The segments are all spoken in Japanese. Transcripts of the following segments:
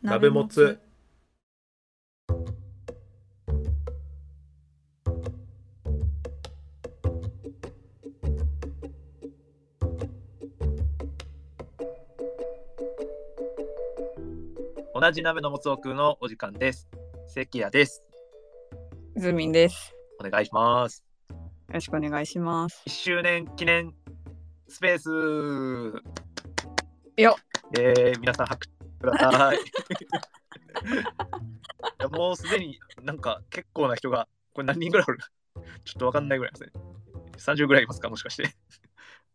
鍋もつ同じ鍋のもつを食うのお時間です関谷ですズミンです。お願いしますよろしくお願いします。 1周年記念スペースよえー、皆さん拍手くださいいやもうすでになんか結構な人がこれ何人ぐらいおるちょっとわかんないぐらいですね30ぐらいいますかもしかして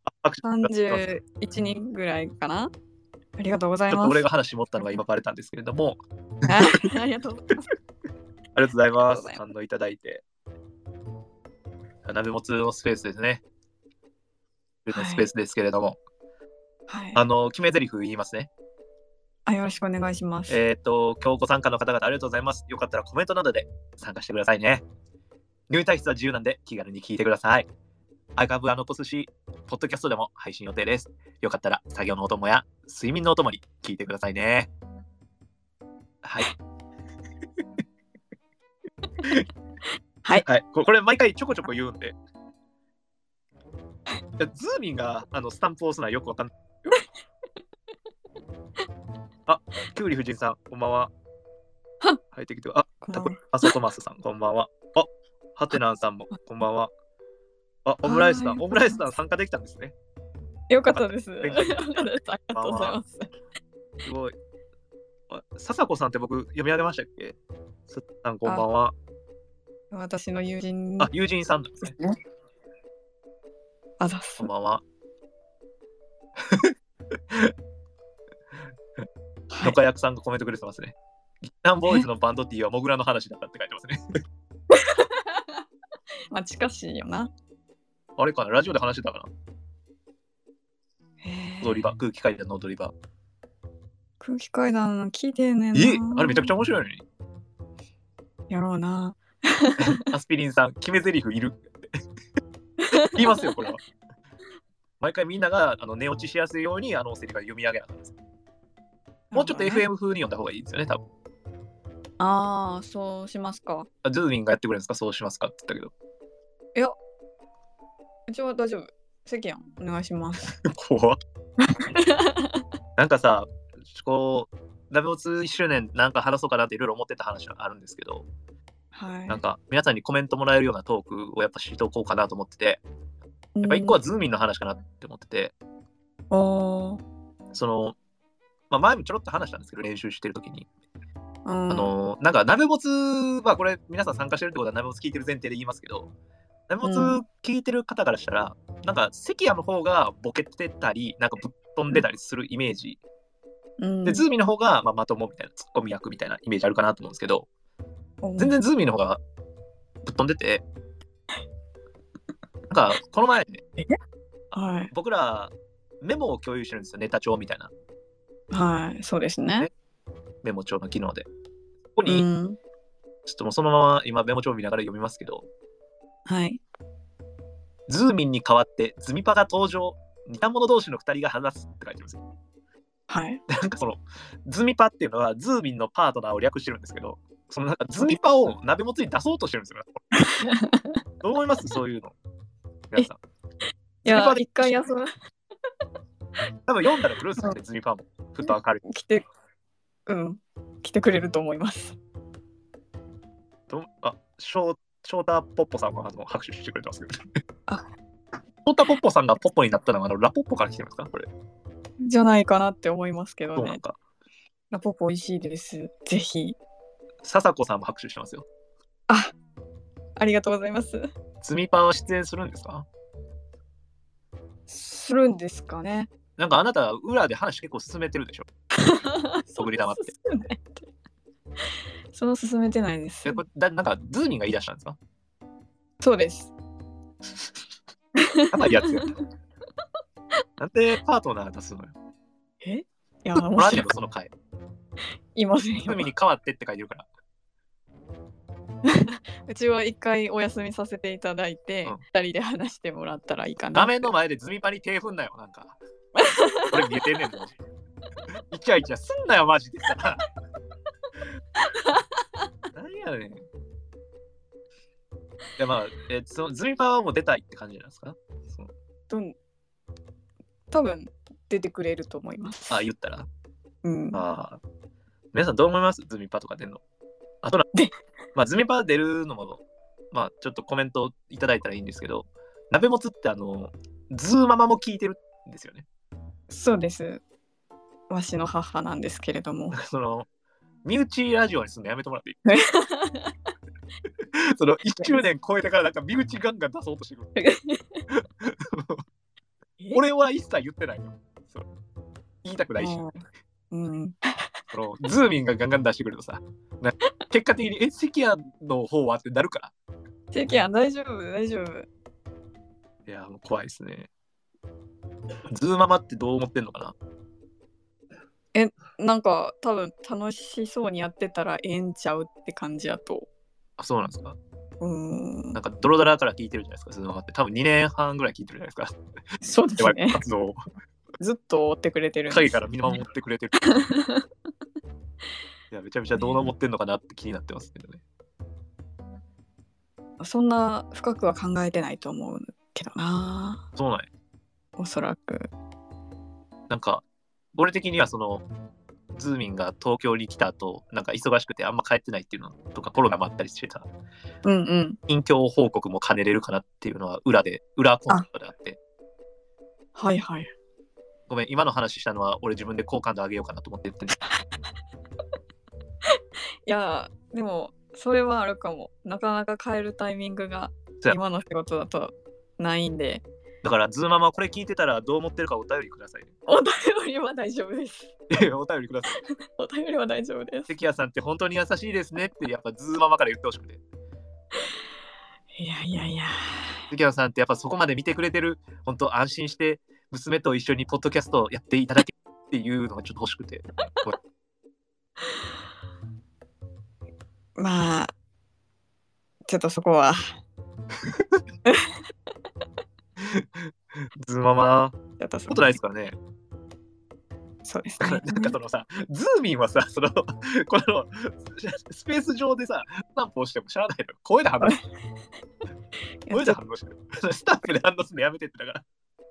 あ拍手三ください十一人ぐらいかな。ありがとうございちょっまとす。俺が話持ったのが今バレたんですけれども ありがとうございます。ありがとうございまありがとうすございま反応いただいて鍋もつのスペースですねはいスペースですけれども、はい。あの決め台詞言いますね。あ、よろしくお願いします。えっ、と、今日ご参加の方々ありがとうございます。よかったらコメントなどで参加してくださいね。入退室は自由なんで気軽に聞いてください。アーカイブは残すし、ポッドキャストでも配信予定です。よかったら作業のお供や睡眠のお供に聞いてくださいね。はい。はいはい、ここれ毎回ちょこちょこ言うんで。いやズーミンがあのスタンプ押すのはよくわかんない。あ、キュウリ夫人さん、こんばんは。入ってきて、あ、こんばタんコはアソトマスさん、こんばんは。あ、ハテナンさんも、こんばんは。あ、オムライスさはん、いオムライスさん参加できたんですね。よかったです。あ前り回がとうございます。すごい。あ、笹子さんって僕読み上げましたっけささん、こんばんは。私の友人あ、友人さんなんですね。あざっすこん。ばんは。はいのかやくさんがコメントくれてますね。ギタンボーイズのバンド T はモグラの話だったって書いてますね。まあ近しいよな。あれかなラジオで話してたかなへー踊り場、空気階段の踊り場。空気階段の聞いてんねんな。えあれめちゃくちゃ面白いのに。やろうな。 アスピリンさん、決め台詞いる。 言いますよ、これは。毎回みんながあの寝落ちしやすいようにあのセリフが読み上げなかったんです。もうちょっなとるほどね FM 風に読んだ方がいいですよね、多分。ああ、そうしますか。あズーミンがやってくれるんですかそうしますかって言っうちは大丈夫。関やん、お願いします。たけど。怖っ なんかさ、こう、ダブルツ1周年なんか話そうかなっていろいろ思ってた話はあるんですけど、はい。なんか皆さんにコメントもらえるようなトークをやっぱしておこうかなと思ってて、やっぱ一個はズーミンの話かなって思ってて、うん。おーその、まあ、前もちょろっと話したんですけど、練習してる時に。うんあのーなんか鍋もつはこれ皆さん参加してるってことは鍋もつ聞いてる前提で言いますけど鍋もつ聞いてる方からしたら、なんか関谷の方がボケてたりなんかぶっ飛んでたりするイメージ、うんでズーミーの方が、まあ、まともみたいなツッコミ役みたいなイメージあるかなと思うんですけど全然ズーミーの方がぶっ飛んでてなんかこの前はい僕らメモを共有してるんですよネタ帳みたいなはいそうですね。メモ帳の機能で。ここうに、んちょっともうそのまま今メモ帳見ながら読みますけど、はいズーミンに代わってズミパが登場似た者同士の2人が話すって書いてますよ はいなんかそのズミパっていうのはズーミンのパートナーを略してるんですけどそのなんかズミパを鍋もつに出そうとしてるんですよ どう思いますそういうの皆さんいやズミ一パ回で休む多分読んだら来るんですよねズミパもふっと明るい来てうん来てくれると思います。どうあショーショーターポッポさんはあの拍手してくれてますけどシあョーターポッポさんがポッポになったのはあのラポッポから来てますかこれじゃないかなって思いますけどどうなのね。かラポポ美味しいです。ぜひ笹子さんも拍手してますよありがとうございます。ズミパは出演するんですかするんですかね。なんかあなた裏で話結構進めてるでしょ。そぶり黙ってその進めて。その進めてないですで。これだなんかズーミンが言い出したんで すか。そうです。やばいやつや。なんでパートナー出すのよ。えいやも面らって白いの。その回。いませんズーミンよ。に変わってって書いてるから。うちは一回お休みさせていただいてうん、二人で話してもらったらいいかな。画面の前でズミパに手振んなよ なんか。俺見えてんねんもん。イチャイチャすんなよマジでさ。やねん。いやまあ、えそのズミパはもう出たいって感じじゃないですかそのどん多分出てくれると思います。ああ、言ったら。うん、ああ。皆さんどう思いますズミパとか出るの。あとなで、まあ、ズミパ出るのも、まあ、ちょっとコメントいただいたらいいんですけど、鍋もつってあの、ズーママも聞いてるんですよね。そうです。わしの母なんですけれども。その、身内ラジオにするのやめてもらっていいその、1周年超えてからなんか身内ガンガン出そうとしてくる。 俺は一切言ってないよ。そう言いたくないし、うん、そのズーミンがガンガン出してくるとさ、な結果的に、え、関谷の方はってなるから。セキヤン大丈夫大丈夫。いや、もう怖いですね。ズーママってどう思ってんのかななんか多分楽しそうにやってたらええんちゃうって感じやと。あ、そうなんですか。うんなんか、ドロドラから聞いてるじゃないですか、ズーママって。多分2年半ぐらい聞いてるじゃないですか。そうです我々ね。の活動をずっと追ってくれてるんです。影から見守って くれてる。いや、めちゃめちゃどう思ってんのかなって気になってますけどね。そんな深くは考えてないと思うけどな。そうなんやおそらく。なんか、俺的にはその、ズーミンが東京に来た後、なんか忙しくてあんま帰ってないっていうのとか、コロナもあったりしてた、うんうん。近況報告も兼ねれるかなっていうのは裏で、裏コンセプトであって、はいはい。ごめん、今の話したのは俺自分で好感度上げようかなと思って言ってんねいやでもそれはあるかも。なかなか変えるタイミングがそうや今の仕事だとないん で。だから、ズーママこれ聞いてたらどう思ってるかお便りくださいね。 お便りは大丈夫です。いやいやお便りください。お便りは大丈夫です。関谷さんって本当に優しいですねって、やっぱズーママから言ってほしくて。いやいやいや。関谷さんってやっぱそこまで見てくれてる、本当安心して娘と一緒にポッドキャストをやっていただけっていうのがちょっと欲しくて。まあちょっとそこはズーママ、ちょっとそことないですからね。そうです なねん。かそのさ、ズーミンはさ、その、この、スペース上でさ、散歩をしてもしゃあないのよ。声で反応している。や声で反応してる。スタッフで反応するのやめてってだか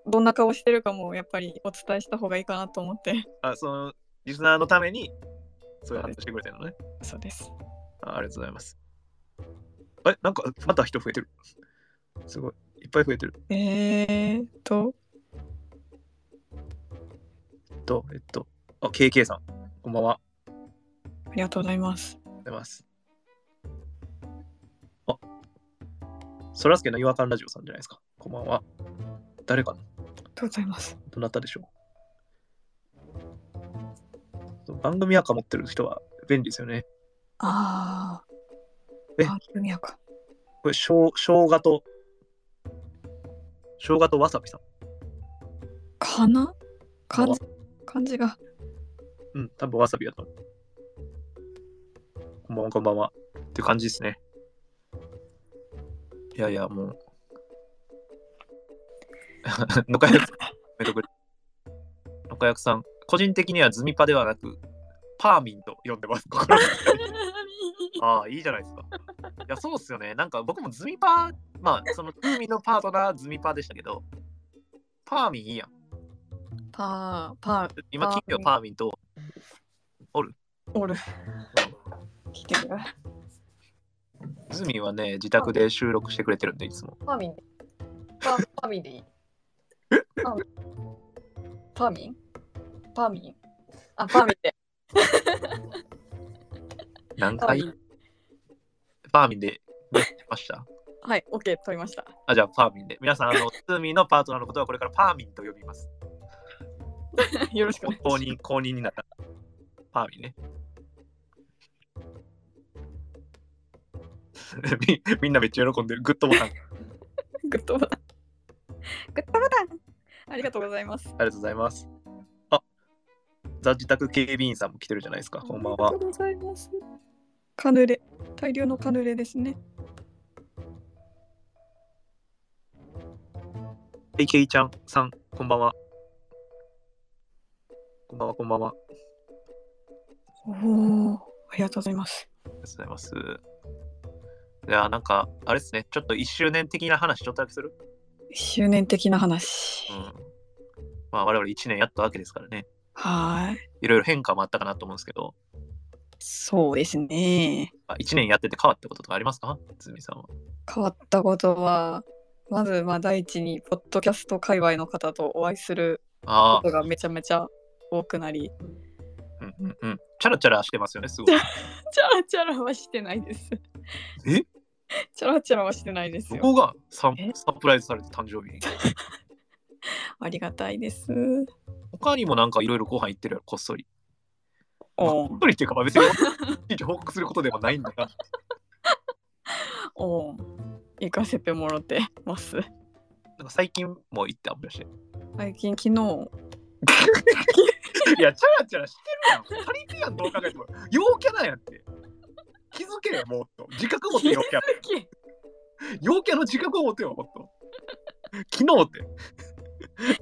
どんな顔してるかもやっぱりお伝えした方がいいかなと思って。ら。あ、その、リスナーのために、そういう反応してくれてるのね。そうです。あありがとうございます。あれなんか、また人増えてる。すごい。いっぱい増えてる。えーっと、えっと、えっと、あ、KK さん。こんばんは。ありがとうございます。ありがとうございます。あ、そらすけの違和感ラジオさんじゃないですか。こんばんは。誰かなありがとうございます。どなたでしょう番組アカ持ってる人は便利ですよね。あえー。あ、組やか。これ、しょう生姜と、生姜とわさびさん。かな漢字漢字が。うん、多分わさびだと思う。こんばんは、こんばんは。っていう感じですね。いやいや、もう。 のかやくさん、おめでとうございますのかやくさん、個人的にはズミパではなく、パーミンと呼んでます。心の中でああ、いいじゃないですか。いや、そうっすよね。なんか僕もズミパー、まあ、その、ズミのパートナー、ズミパーでしたけど、パーミンいいやん。 パー、パー、今、企業パーミンと、おる。来てくれ。ズミはね、自宅で収録してくれてるんで、いつも。パーミン。パー、パーミンでいい。パーミン。パーミンパーミン。あ、パーミンで。何パー回ミン。パーミンで出ました。はい、オッケー、取りました。 あ、じゃあパーミンで。皆さん、あの、スーミンのパートナーのことはこれからパーミンと呼びます。よろしくお 願いします。公認、公認になった。パーミンね。 みみんなめっちゃ喜んでる。グッドボタン。ありグッドボタン。グッドボタン。ありがとうございます。がとうございます。あ、ザ・自宅警備員さんも来てるじゃないですか。こんばんあはりが。とうございます。カヌレ、大量のカヌレですね。いけいちゃんさん、こんばんは。こんばんは、こんばんは。おお、ありがとうございます。がとうございます。じゃあ、なんか、あれですね、ちょっと1周年的な話、ちょっとだけする周年的な話。うん。まあ、我々1年やったわけですからね、はーい。いろいろ変化もあったかなと思うんですけど、そうですね。 1年やってて変わったこととかありますか堤さんは。変わったことは、まず、まあ、第一に、ポッドキャスト界隈の方とお会いするこああ、とがめちゃめちゃ多くなり、うんうんうん。チャラチャラしてますよね、すごい。チャラチャラはしてないです。 えチャラチャラはしてないですそよ。こがサンえサプライズされて誕生日に。ありがたいです。他にもなんかいろいろご飯行ってるやろ、こっそり。おこうっそりっていうか、まあ別にいちいち報告することでもないんだが。おう行かせてもろてます。なんか最近も行ってあんまりして。最近、昨日、いや、チャラチャラしてるやん。パリピやん、どう考えても。陽キャなんやって。気づけよ、もっと。自覚持って陽キャ。陽キャの自覚を持てよ、もっと。昨日って。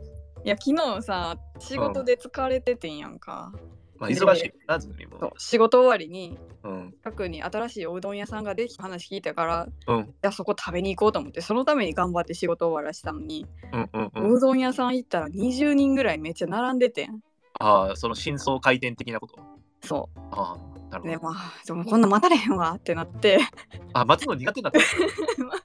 いや昨日さ仕事で疲れててんやんか、まあ、忙しいな、ずにもそう。仕事終わりにうん。近くに新しいおうどん屋さんができた話聞いたから、うんいやそこ食べに行こうと思ってそのために頑張って仕事終わらしたのに、うんうんううん。どん屋さん行ったら20人ぐらいめっちゃ並んでてんああ、その真相回転的なこと。そああ、なるうねほど。まあでもこんな待たれへんわってなってあ、待つの苦手になった。 まあ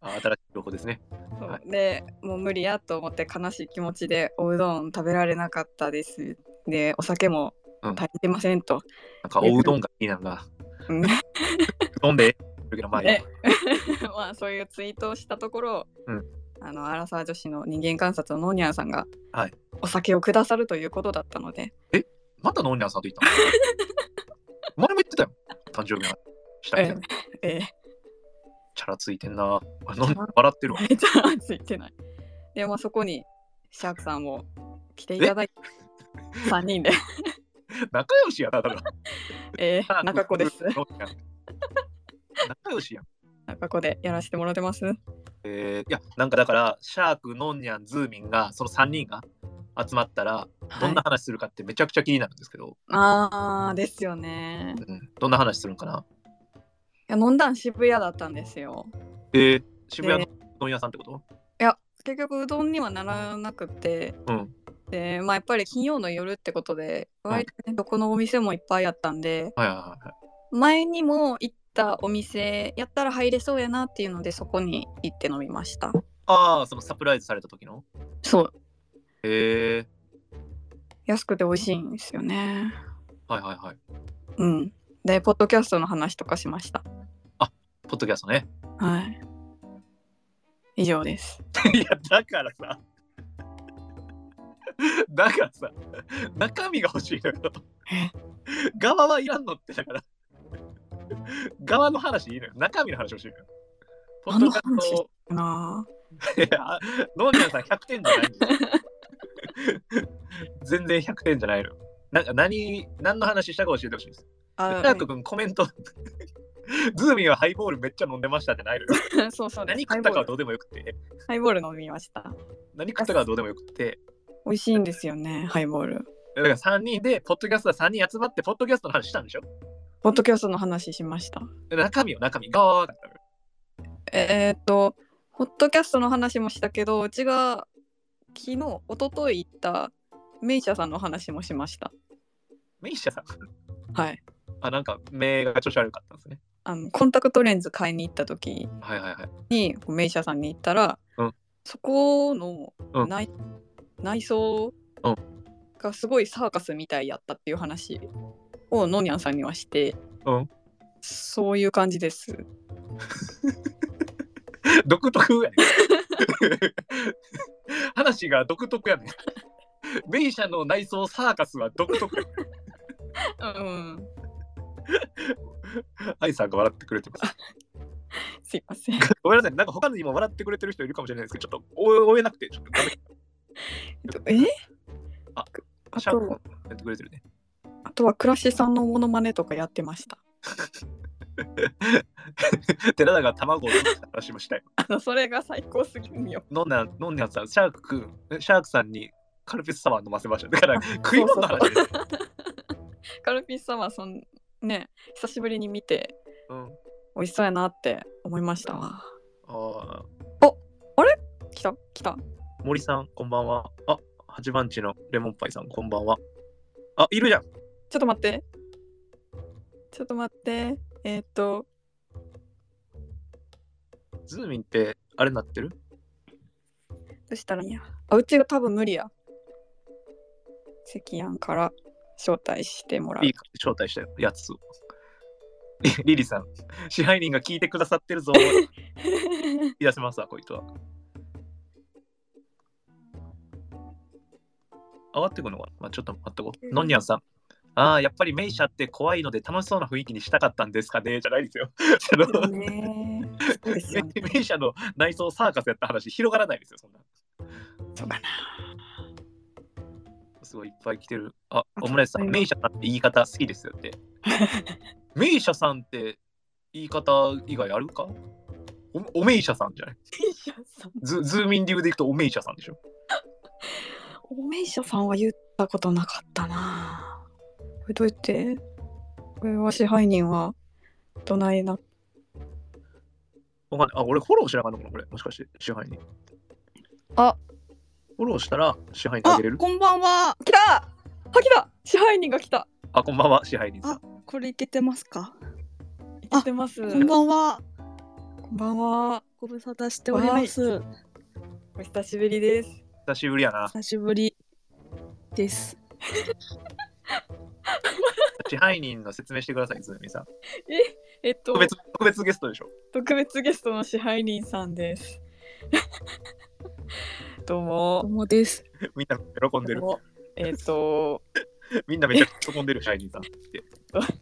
あ新しい情報ですね。そうはいでもう無理やと思って悲しい気持ちでおうどん食べられなかったですでお酒もうん足りてませんと、 なんか、おうどんがいいなのが。うん飲んで、るけど、まあ、ねまあそういうツイートをしたところ、うんあのアラサー女子の人間観察のノーニャンさんが、はいお酒をくださるということだったので、また飲んでんさんと言ったの前も言ってたよ。誕生日はしたいけど。えチャラついてんな。俺飲んで笑ってるわ。ー、めっちゃついてない。で、まあ、そこにシャークさんも来ていただいて3人で、仲良しやな、だかえら。ー、中子です。 仲良しやん。中子でやらせてもらってます。えーいや、なんかだから、シャーク、ノンニャン、ズーミンが、その3人が集まったら、どんはい、な話するかってめちゃくちゃ気になるんですけど、あーですよね。うんどんな話するんかな。いや飲んだん渋谷だったんですよ。えー、渋谷の問屋さんってこといや結局うどんにはならなくて、うんでまあやっぱり金曜の夜ってことでん割とね、どこのお店もいっぱいあったんではいはいはいはい。前にも行ったお店やったら入れそうやなっていうのでそこに行って飲みましたああ、そのサプライズされた時のそうえ安くて美味しいんですよねー、はいはいはい。うんでポッドキャストの話とかしましたポッドキャストね。はい以上ですいや、だからさ。 だからさ、中身が欲しいのよ。え側はいらんのって、だから。側の話いいのよ。中身の話欲しいのよ。ポッドキャ何のス話ト、なあいやノーニャンさん100点じゃないのよ全然100点じゃないのよ。なんか何、何の話したか教えてほしいです。あターク君コメント。ズーミンはハイボールめっちゃ飲んでましたってないのよ。 そうそうです何食ったかはどうでもよくて、ハイボールハイボール飲みました何食ったかはどうでもよくて、美味しいんですよねハイボールだから3人で、ポッドキャストは3人集まって、ポッドキャストの話したんでしょポッドキャストの話しました。中身を中身がえーっと、ポッドキャストの話もしたけど、うちが昨日、一昨日行ったメイシャさんの話もしました。メイシャさん。はい。あ、なんか目が調子悪かったんですね。あのコンタクトレンズ買いに行った時はいはいはい。にメイシャさんに行ったら、うんそこのうん内,、内装うんがすごいサーカスみたいやったっていう話をノニャンさんにはして、うんそういう感じです。独特やね 話が独特やねメイシャの内装サーカスは独特やねうん、アイさんが笑ってくれてます。すいま せん。ごめんなさい。なんか他にも笑ってくれてる人いるかもしれないですけど、ちょっと追えなくて、ちょっとダメえああシャーとクもやってくれてるね。 あとは倉しさんのモノマネとかやってました。寺田が卵を作った話もしたい。あの それが最高すぎるよ。飲んだ、飲んだやつさん、シャークくん、えシャークさんに カルピスサワー飲ませました。だから食い物の話です。カルピスさんはそんね久しぶりに見てうん。美味しそうやなって思いましたわああ、来た来た森さん、こんばんは。あ、八番地のレモンパイさん、こんばんは。あ、いるじゃん。ちょっと待ってちょっと待ってえーっとズーミンって、あれなってるどうしたらいいんやあうちが多分無理や関庵から招待してもらういい招待したやつを。リリさん、支配人が聞いてくださってるぞ。いらっしゃいますわ、こいつは。上がってくるのかな、まあ、ちょっと待っとこう。のんにゃんさん。ああ、やっぱりメイシャって怖いので楽しそうな雰囲気にしたかったんですかねじゃないですよ。 そのねそうですよねメイシャの内装サーカスやった話広がらないですよ、そんな。そうかなすごいいっぱい来てる。あ、オムライスさん、メイシャさんって言い方好きですよって。メイシャさんって言い方以外あるかおおめいしゃさんじゃないズズーミン流でいくとおめいしゃさんでしょお名所さんは言ったことなかったなこれどうやってこれは支配人はどないなわかんない。あ、俺フォローしなあかんのかなこれ。もしかして支配人。あフォローしたら支配人ああげれるこんばんは来たあ来た支配人が来たあこんばんは、支配人さん。これいけてますか来てますこんばんはこんばんはご無沙汰しておりますお久しぶりです久しぶりやな。久しぶりです支配人の説明してください、ズーミンさん。えっと特別特別ゲストでしょ。特別ゲストの支配人さん です。どうどうも。もですみんな喜 んでるど。うもえっ、と、 みんなめちゃくちゃ喜んでる、支配人さん。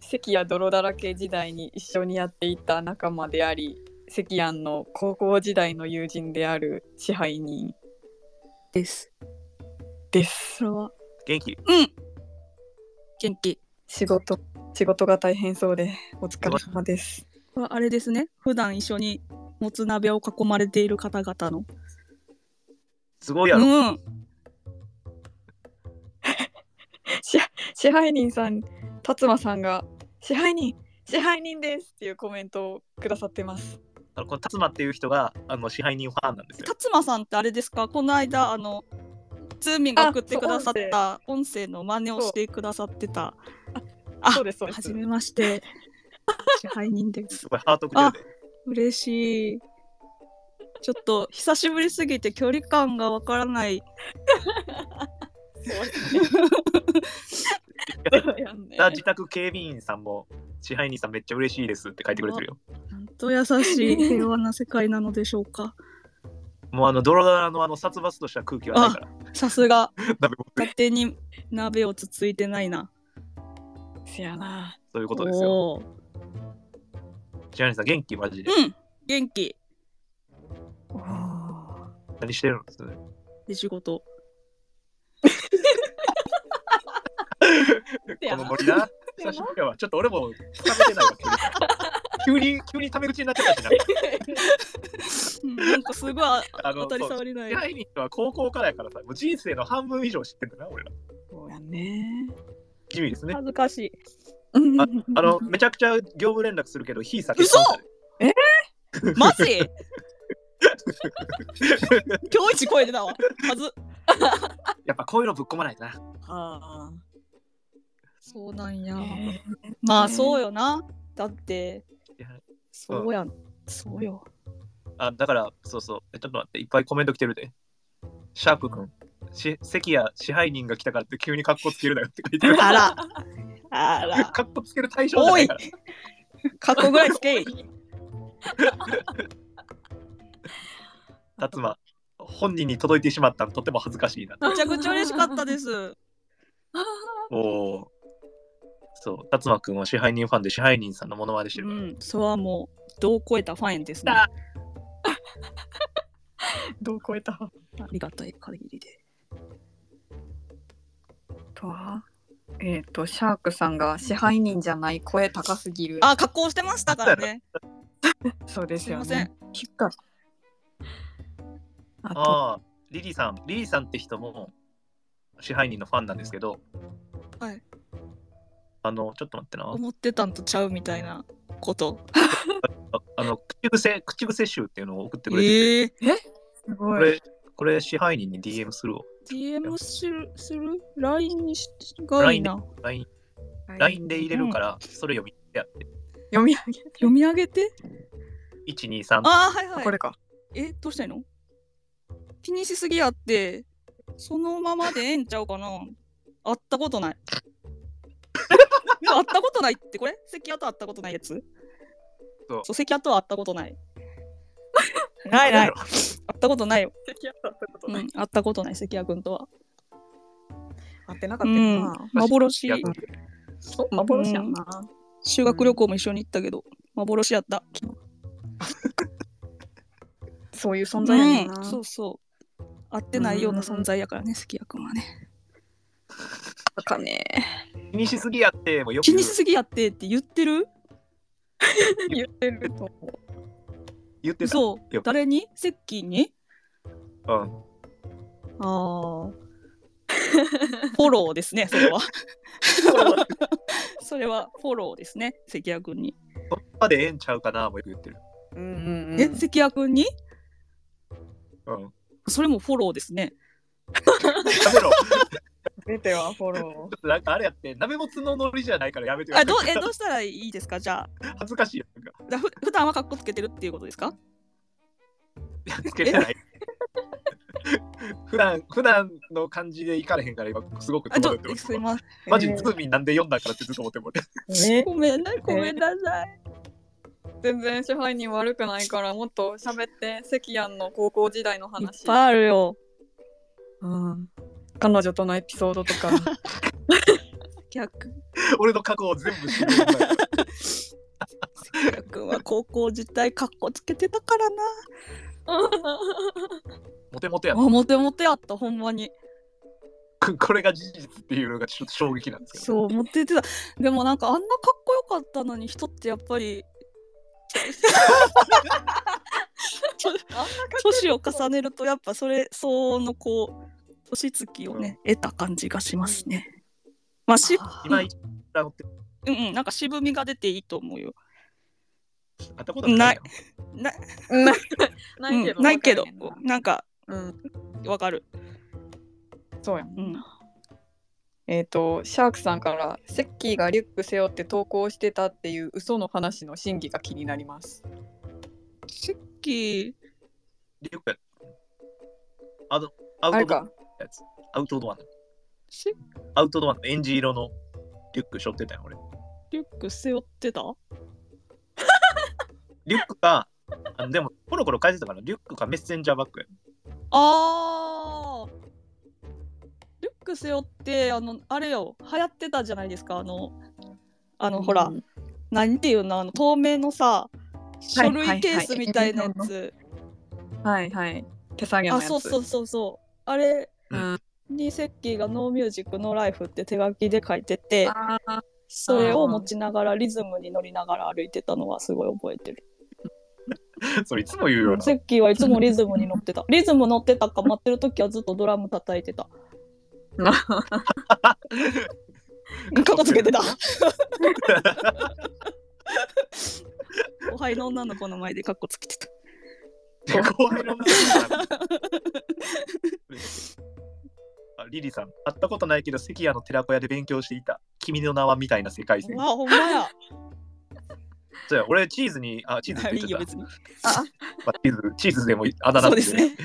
関や泥だらけ時代に一緒にやっていた仲間であり、関やんの高校時代の友人である支配人ですですそ。れは元気うん元気仕事、仕事が大変そうで、お疲れ様です。これはあれですね普段一緒にもつ鍋を囲まれている方々のすごいやろ。うん支支配人さん、辰馬さんが、支配人、支配人ですっていうコメントをくださってます。あのこの辰馬っていう人があの支配人ファンなんですよ。辰馬さんってあれですかこの間あのズーミンが送ってくださった音声の真似をしてくださってたあそうです、そうではすじ。めまして 支配人ですすごいハートくれるで。嬉しいちょっと久しぶりすぎて距離感がわからないそう やんねだ自宅警備員さんも支配人さんめっちゃ嬉しいですって書いてくれてるよ。なんと優 しい平和な世界なのでしょうかもうあのドロドラのあの殺伐とした空気はないから。さすが鍋持って勝手に鍋をつついてないなせやな。そういうことですよ。おー支配人さん元気マジで。うん元気おー何してるんですで 仕事このノリな。久しぶりやわ。ちょっと俺もつかめてないわ。急に、急にタメ口になっちゃった しな。うんなんかすごいああ当の、たりそう障りない支配人は高校からやからさ、もう人生の半分以上知ってるな、俺ら。そうやね。地味ですね。恥ずかし いあの、めちゃくちゃ業務連絡するけど、火先嘘えマジ今日一声出たわはず やっぱこういうのぶっ込まないとな。あそうなんあやー。まあそうよなだっていやそうやんそ うよあだから、そうそう。えちょっと待って、いっぱいコメント来てるで。シャープ君、し関谷支配人が来たからって急にカッコつけるなよって書いてる。あらあらカッコつける対象じゃないから。かっこぐらいつけい辰馬、本人に届いてしまったのとても恥ずかしいな。めちゃくちゃ嬉しかったですおお。そう、辰馬君は支配人ファンで支配人さんのモノマネしてうるから。んそれはもう度を超えたファンですねだあ どう超えたりがたい限りでとはえっ、と、シャークさんが支配人じゃない声高すぎる。あ加工してましたからねそうですよすいまね。きっかあと、ああ、リリーさん、リリーさんって人も支配人のファンなんですけど、はいあの、ちょっと待ってな。思ってたんとちゃうみたいなこと。ああの、口癖、口癖集っていうのを送ってくれてて、ええすこごい。れ、これ支配人に DM するわ。 DM するする ?LINE にしがいいな。 LINE, LINE で入れるから、それ読みやって、読み上げ。読み上げて1、2、3、ああ、はいはい。これか。え、どうしたいの気にしすぎやって、そのままでええんちゃうかな会ったことない。 会ったことないってこれ関谷と会ったことないやつそうそう、関谷とは会ったこと ない。ない ない。会ったことないよ。関谷だったことうない。ん、会ったことない、関谷君とは。会ってなかうったよんな。、幻や。ってそう幻やんな。修学旅行も一緒に行ったけど、幻やった。そういう存在やねんな。うんそうそう。会ってないような存在やからね、関谷君はね。だかね。気にしすぎやって、もうよく気にしすぎやってって言ってる言ってると思う。言ってた。そやうっ。ぱ誰にセッキーにうん。ああ。 フォローですね、それは。 それはフォローですね、関谷君に。その場でええんちゃうかな、もうよく言ってる。うんうんうん。え、関谷君にうん。それもフォローですね。やめろ。 出てはフォロちょっとなんかあれやって、鍋もつのノリじゃないからやめてくださあいどうえどうしたらいいですかじゃあ。恥ずかしいやんか。だふ普段はかっこつけてるっていうことですかいやつけてない。 普段普段の感じでいかれへんから今すごくあ戸ど惑ってますすいません。ー。マジズーミンなんで読んだからってずっと思ってもね。えーね ごめんなごめんなさい。全然支配人悪くないからもっと喋って関谷の高校時代のいっ話、ぱいあるよ。うん、彼女とのエピソードとか逆俺の過去を全部知る。関谷君は高校時代かっこつけてたからな。モテモテやあなモテモテやったほんまに。 これが事実っていうのがちょっと衝撃なんですけど。そう、持ってってた。でもなんかあんなかっこよかったのに人ってやっぱり。ちょ年を重ねるとやっぱそれ相応のこう年月をね、得た感じがしますね。まあし、今一番ってうんうん、なんか渋みが出ていいと思うよ。会ったことないよ。なないうんけど、ないけどわかんへんな、なんかうん、わかる。そうやんうん、えっ、とシャークさんからセッキーがリュック背負って投稿してたっていう嘘の話の真偽が気になりますシッキリュックやあのアあウれトドアかやつ。アウトドアの。シッアウトドアのエンジ色のリュック背負ってたよ俺。リュック背負ってたリュックか、あのでもコロコロ変えてたからリュックかメッセンジャーバッグや。 あーリュック背負ってあのあれよ流行ってたじゃないですかあのあのほら、うん何ていうのあの透明のさ書類ケースみたいなやつ、はいはいはい手作業のあやつそうそうそうそうあれうんにセッキーが「ノーミュージックノーライフ」って手書きで書いててあーそれを持ちながらリズムに乗りながら歩いてたのはすごい覚えてるそれいつも言うよな。セッキーはいつもリズムに乗って たリズム乗ってたか待ってる時はずっとドラム叩いてたかっこつけてた後輩の女の子の前でカッコつけてた。 後輩の話だあリリさん、会ったことないけど、関谷の寺子屋で勉強していた、君の名はみたいな世界線。あ、ほんま や。そうや俺、チーズに、あ、チーズってい言っいちよ、ゃっ別に。た。まあチーズ、チーズでもあだ名そうでですね。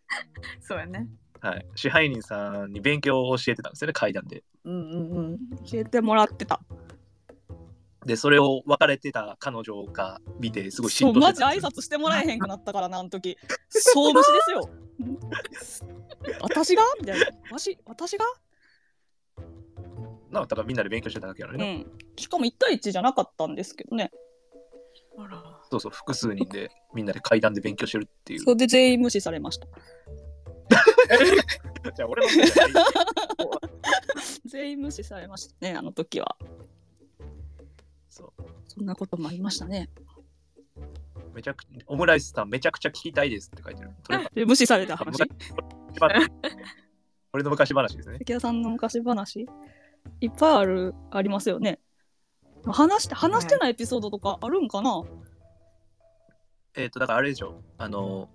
そうやねはい。支配人さんに勉強を教えてたんですよね、階段で。うんうんうん教えてもらってた。で、それを別れてた彼女が見て、すごいそ嫉う、妬マしてジ挨た。拶してもらえへんくなったからな、あの時。そう無視ですよ。私がみたいな。マジ私がなあただみんなで勉強してただけやのうね、ん。しかも1対1じゃなかったんですけどね。あらそうそう、複数人でみんなで階段で勉強してるっていう。それで全員無視されました。 じゃあ、俺のせいじゃない全員無視されましたね、あの時は。そうそんなこともありましたね。めちゃくオムライスさんめちゃくちゃ聞きたいですって書いてる。それで無視された話。昔俺の昔話ですね。関谷さんの昔話いっぱいあるありますよね。話して話してないエピソードとかあるんかな、えっ、と、だからあれでしょ。あの、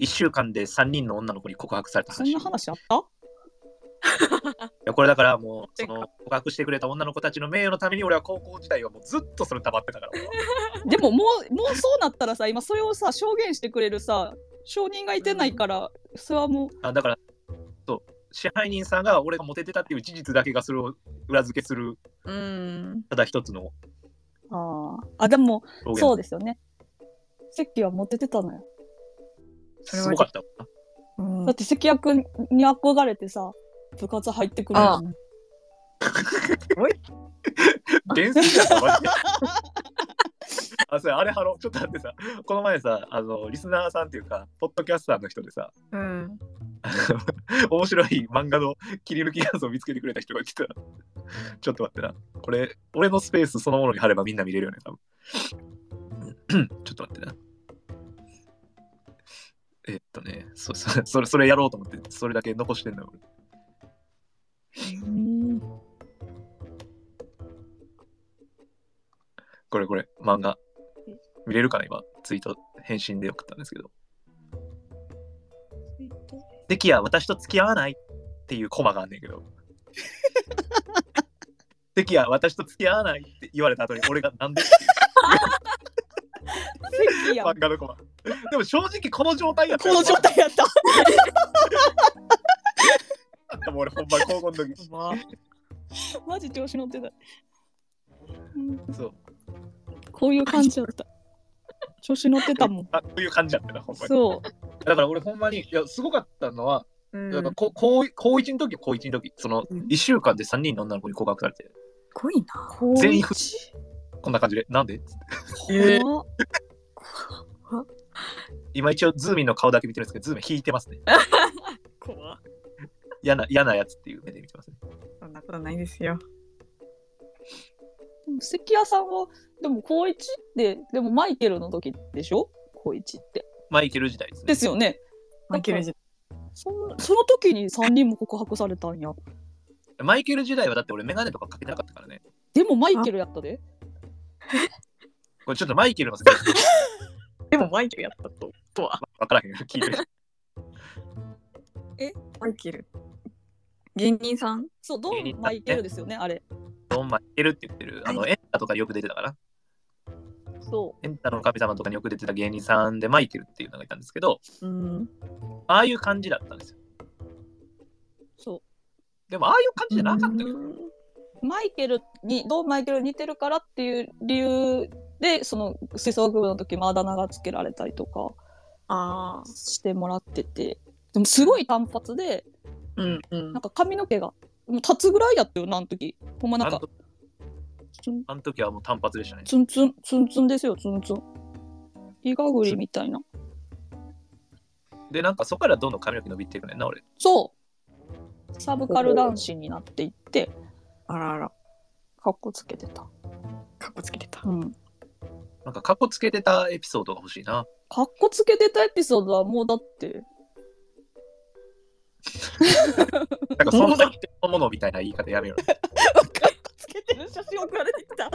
1週間で3人の女の子に告白されたそ話。んな話あったいやこれだからもう、その告白してくれた女の子たちの名誉のために俺は高校時代はもうずっとそれ溜まってたから。俺はでももうもうそうなったらさ今それをさ証言してくれるさ証人がいてないから、それはもうあだから、そう、支配人さんが俺がモテてたっていう事実だけがそれを裏付けする、うん。ただ一つのああでも表現。そうですよね石器はモテてたのよそれはすごかったわ。うんだって石役に憧れてさ部活入ってくるのに伝説やった マジで。あそれあれハロちょっと待ってさこの前さあのリスナーさんっていうかポッドキャスターの人でさ うん。あの面白い漫画の切り抜き画像を見つけてくれた人が来たちょっと待ってなこれ俺のスペースそのものに貼ればみんな見れるよね多 分ちょっと待ってなえっとねそそそれそれやろうと思ってそれだけ残してんだよ俺これこれ漫画見れるかな今ツイート返信で送ったんですけど関谷私と付き合わないっていうコマがあんねんけど 関谷私と付き合わないって言われた後に俺がなんでって石器いうや漫画のコマでも正直この状態やったこの状態やったもう俺ほんまに高校の時まあ、マジ調子乗ってた、うんそうこういう感じだった調子乗ってたもんあこういう感じやったなほんまにそうだから俺ほんまにいやすごかったのは、うんやっぱこ高一高一の時高一の時そのうん1週間で3人の女の子に告白されて濃いな。全員不こんな感じでなんでえー怖っ今一応ズーミンの顔だけ見てるんですけどズーミン引いてますね怖嫌な嫌なやつっていう目で見てますねそんなことないですよ。でも関谷さんはでも高一ってでもマイケルの時でしょ高一ってマイケル時代ですねですよねマイケル時そんその時に3人も告白されたんやマイケル時代はだって俺メガネとかかけてなかったからね。でもマイケルやったでこれちょっとマイケルのせい代。でもマイケルやったととは。わからへん。 聞いてる。マイケル。芸人さんそうドンマイケルですよねあれドンマイケルって言ってる。あの、エンタとかによく出てたから。そエンタの神様とかによく出てた芸人さんでマイケルっていうのがいたんですけど、うん。ああいう感じだったんですよ。うそでもああいう感じじゃなかったよ。うマイケルにドンマイケルに似てるからっていう理由でその吹奏楽部の時もあだ名がつけられたりとかああ。してもらっててでもすごい単発でうんうんなん。か髪の毛がもう立つぐらいやったよなあの時ほんまなんあかのツンあの時はもう単発でしたね。ツンツンツンツンですよツンツンイガグリみたいなで、なんかそこからどんどん髪の毛伸びていくねんな、俺。そうサブカル男子になっていってあらあら。かっこつけてた、かっこつけてた。うん、なんかカッコつけてたエピソードが欲しいな。かっこつけてたエピソードはもうだってなんかそんなにのものみたいな言い方やめろ。かっこつけてる写真送られてきた。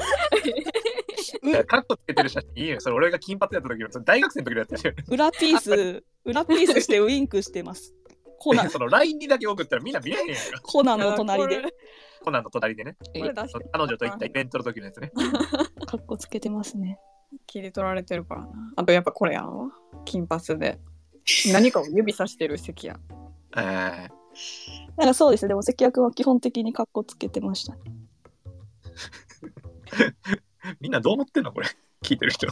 いやカッコつけてる写真いいよ。それ俺が金髪やった時の、それ大学生の時のやつやし。裏ピース、裏ピースしてウインクしてます。コナン、その LINE にだけ送ったらみんな見えへんやんか。コナンの隣で。コナンの隣でね。これ出して彼女と行ったイベントの時のやつ ね。かっこつけてますね。切り取られてるからな。あとやっぱこれやんわ。金髪で。何かを指さしてる関や。えーなんかそうですね。でも関谷君は基本的にかっこつけてました。みんなどう思ってんのこれ。 聞いてる人。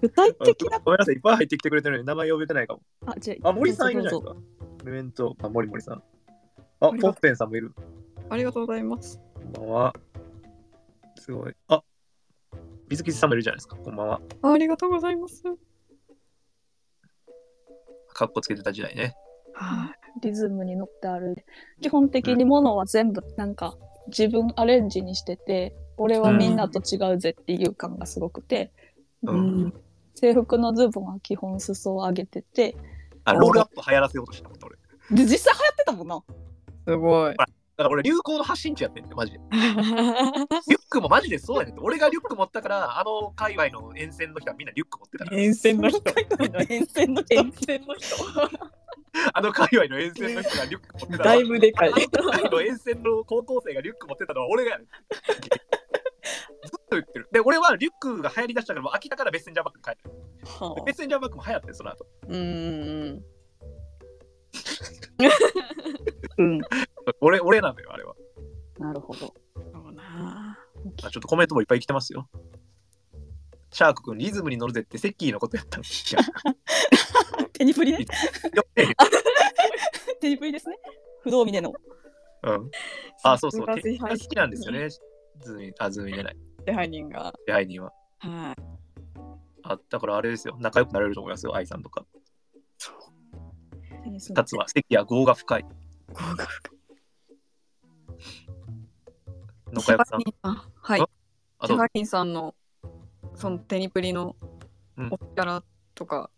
具体的な、ごめんなさい、いっぱい入ってきてくれてるのに名前呼べてないかも。あ、じゃあ、森さんいるじゃないですか。か。メント、あ、森森さん。あ、ポッペンさんもいる。ありがとうございます。こんばんは。すごい。あ、水木さんもいるじゃないですか。こんばんは。ありがとうございます。かっこつけてた時代ね。はリズムに乗ってある。基本的にものは全部なんか自分アレンジにしてて、俺はみんなと違うぜっていう感がすごくて、い。ううん。制服のズボンは基本裾を上げてて、あ、ロールアップ流行らせようとしたこと俺。で実際流行ってたもんな。 すごい。だから俺、流行の発信地やってんねマジで。リュックもマジでそうやねんって。俺がリュック持ったから、あの界隈の沿線の人はみんなリュック持ってたから。沿線の人。沿線の沿線の人。あの界隈の沿線の人がリュック持って ただいぶで かい。あの沿線の高校生がリュック持ってたのは俺 がやねんずっと言ってる。で、俺はリュックが流行りだしたから、もう飽きたからメッセンジャーバッグ買えた。はメッセンジャーバッグも流行ってんその後。あうん。うん。俺、俺なんだよ、あれは。なるほ ど。そうな。あちょっとコメントもいっぱい来てますよ。シャーク君、リズムに乗るぜってセッキーのことや ったの。いや手に振りね。よってる手に振りですね。不動峰の。うん、あ、そうそう。自手が好販きなんですよね。ズミ、あ、ズミじゃない。支配人が。支配人は。はい。あ、だからあれですよ。仲良くなれると思いますよ。愛さんとか。テニスの二つは、セッキーは業が深い。合格。野家さん。はい。シあ、どャうぞガキンさんのそのテニプリのうんお力とか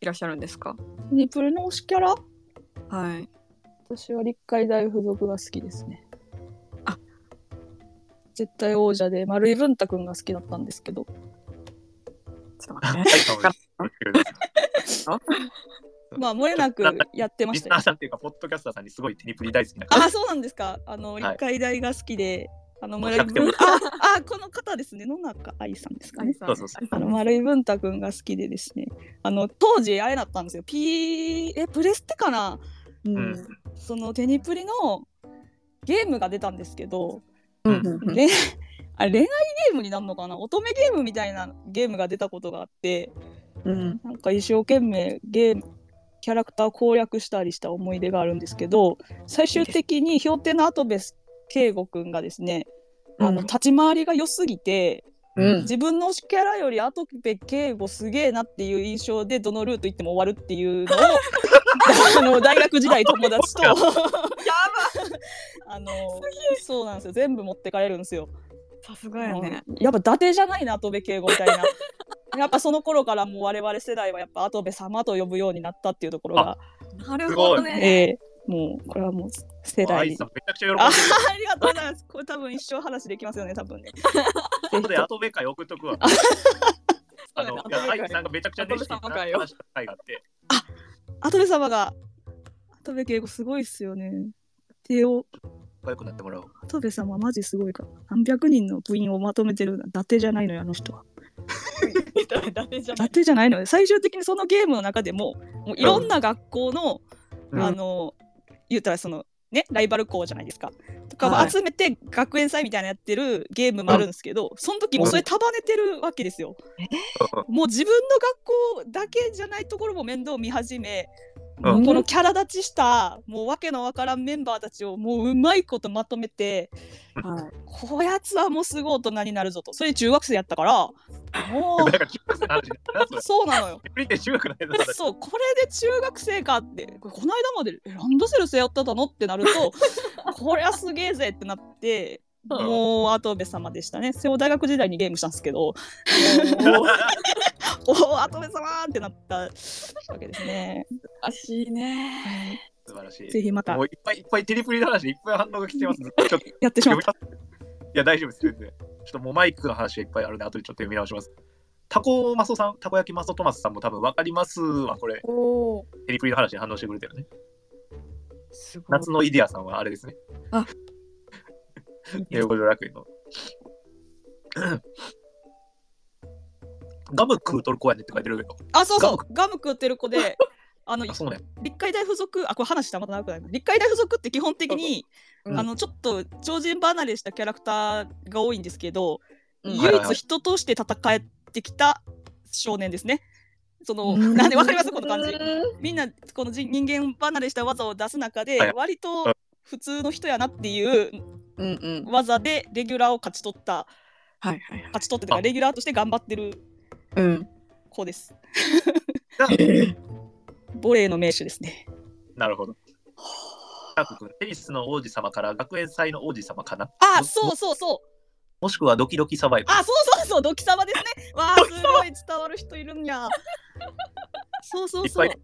いらっしゃるんですか、テニプルの推しキャラはい。私は立海大附属が好きですね。あ絶対王者で丸井文太くんが好きだったんですけど。ちょっと待っ愛てね。さんはまあ、漏れなくやってまリしスたナよー。さんっていうか、ポッドキャスターさんにすごいテニプリ大好きな方。あ、そうなんですか。あの、い立海大が好きで、あの、もう丸井文100太。あ、あこの方ですね。野中愛さんです かね。そうそうそあの丸井文太くんが好きでですね、あの当時あれだったんですよ、P えプレステかな、うんうん。そのテニプリのゲームが出たんですけど、うんうんうんれん あれ恋愛ゲームになるのかな、乙女ゲームみたいなゲームが出たことがあって、うんなんか一生懸命ゲームキャラクターを攻略したりした思い出があるんですけど最終的に氷点のアトベス圭吾くんがですね、あの立ち回りが良すぎてうん自分の推しキャラよりアトベ圭吾すげえなっていう印象でどのルート行っても終わるっていう のをあの大学時代友達とやあのそうなんですよ全部持ってかれるんですよ。さすがやね。うんやっぱ伊達じゃないな、戸部敬吾みたいな。やっぱその頃からもう我々世代はやっぱ跡部様と呼ぶようになったっていうところが、なるほどね。ええもうこれはもう世もう代愛にさん。めちゃくちゃ喜あんでる。 ありがとうございます。これ多分一生話できますよね、多分ね。ここで後部会送っとくわ。あの、いや愛さんがめちゃくちゃ熱心な話した回があって。跡部様が、跡部敬吾すごいっすよね。手を、仲良くなってもらおう。跡部様マジすごいから。何百人の部員をまとめてるな伊達じゃないのよ、あの人は。ダメじゃ 伊達じゃないのよ。最終的にそのゲームの中でも、もういろんな学校の、うんあの言ったらそのねライバル校じゃないですかとかはをい集めて学園祭みたいなのやってるゲームもあるんですけど、その時もうそれ束ねてるわけですよ。もう自分の学校だけじゃないところも面倒見始め、うんこのキャラ立ちしたもうわけのわからんメンバーたちをもううまいことまとめてはい。こやつはもうすごい大人になるぞとそれ中学生やっ たからもなんか中学生の話になったうそうなのよ。テニプリって中学の話だったそうこれで中学生かってこれこの間までえランドセル背負ってたのってなると こりゃすげえぜってなってうんもう跡部様でしたねそれを大学時代にゲームした んですけどおお跡部様ってなったわけですねらしいね。素晴ら しい。ぜひまたもういっぱいいっぱいテニプリの話でいっぱい反応が来て ます。ずっとちょっとやってしま読っみたます。いや、大丈夫です。全然ちょっともうマイクの話がいっぱいあるんで、後でちょっと読み直します。タコマソさん、たこ焼きマソトマスさんも多分わかりますわ、これ。おお。テニプリの話に反応してくれてるね。すごい。夏のイデアさんはあれですね。あ英語女楽園の。ガム食うトルコやねって書いてるけど。あそうそうガム食ってる子であ のあ、そうね。立海大附属あこれ話したらまた長くなるな立海大附属って基本的に、うんあのちょっと超人離れしたキャラクターが多いんですけど、うんはい唯はいはい一人として戦ってきた少年ですね。そのうん なんでわかりますこの感じ。みんなこの人人間離れした技を出す中ではい割うとん普通の人やなっていううんうん。技でレギュラーを勝ち取ったはいはいはい。勝ち取ってとかあレギュラーとして頑張ってるうん。子です。えボレーの名手ですね。なるほど。タコ君、テニスの王子様から学園祭の王子様かなあもそうそうそう。もしくはドキドキサバイバー。あそうそうそうドキ 様ですね。わあすごい伝わる人いるんや。そうそうそういっ。ぱい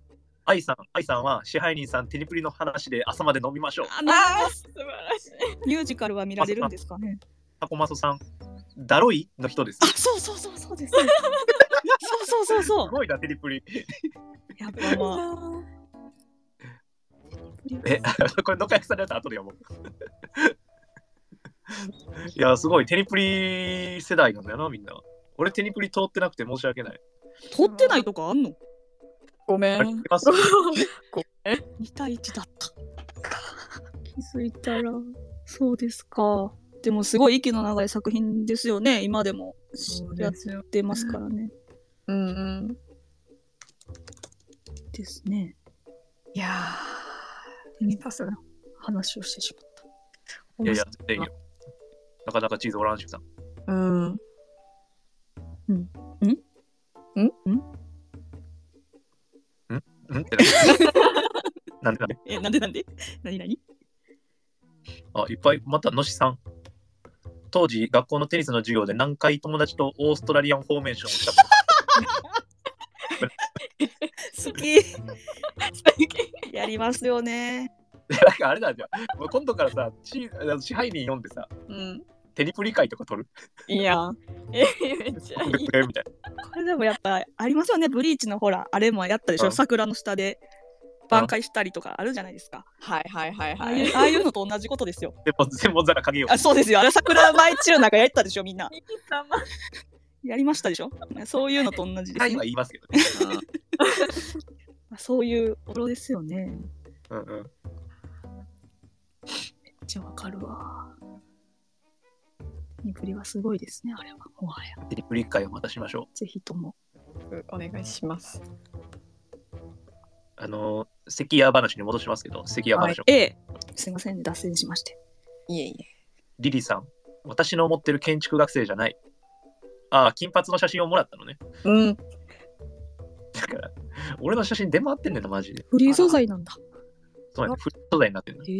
愛さん、愛さんは支配人さん、テニプリの話で朝まで飲みましょう。ああのあ、素晴らしい。ミュージカルは見られるんですかねタコマソさん、だろいの人ですあ。そうそうそう そうですそうそうそうそすうごいな、テニプリ。 やっぱまあえ、 これ、どかやくさんのやつ後で読もう。 いや、すごい、テニプリ世代なんだよな、みんな。俺、テニプリ通ってなくて申し訳ない。撮ってないとかあんのごめありん。ます2対1だった気づいたらそうですかでもすごい息の長い作品ですよね今でもそうやっですよ。てますからねうんうん。ですねいやテニパスの話をしてしまっいやたいや、全然いいよ。なかなかチーズオランジュさん。ー、うん。んって ななんでなんでえなんでなんで 何何あ、いっぱい、また、のしさん。当時、学校のテニスの授業で何回友達とオーストラリアンフォーメーションをしたこと好きやりますよねなんかあ れなんじゃん。もう今度からさ、チーあの支配人読んでさ、うん。テニプリ会とか取るいいやん。え、めっちゃい取っい。てく れみたいな。これでもやっぱありますよねブリーチのほらあれもやったでしうょん桜の下で挽回したりとかあるじゃないですかはいはいはいあはあいうい。ああいうのと同じことですよでも、専門皿影よ。あそうですよあれ桜舞い散る中やったでしょみんなミキ様。やりましたでしょそういうのと同じです、はいねは言いますけどね。まあそういうおろですよねうんうん。めっちゃわかるわニプリはすごいですねあれはもはやテニプリ会をまたしましょう。ぜひともお願いします。あのー、関谷話に戻しますけど、関谷話を。ええすいませんね脱線しましていえいえ。リリーさん、私の思ってる建築学生じゃない。ああ、金髪の写真をもらったのね。うん。だから、俺の写真出回ってんねんな、マジで。フリー素材なんだそうやね、フリー素材になってんの。ええ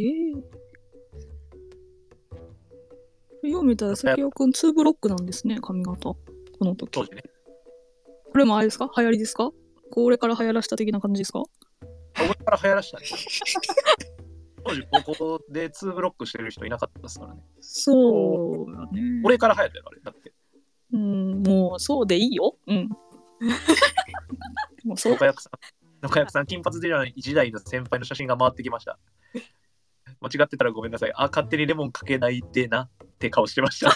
今見たら関谷くん2ブロックなんですね髪型この時当時ね。これもあれですか流行りですかこれから流行らした的な感じですかあ俺から流行ら したね。当時、高校で2ブロックしてる人いなかったですからね。そうよね。俺から流行ったよ、あれ。だって、うん、もうそうでいいよ。 うん。もうそう岡役さん、岡役さん、金髪時代時代の先輩の写真が回ってきました。間違ってたらごめんなさい。あ、勝手にレモンかけないでなって顔してま した。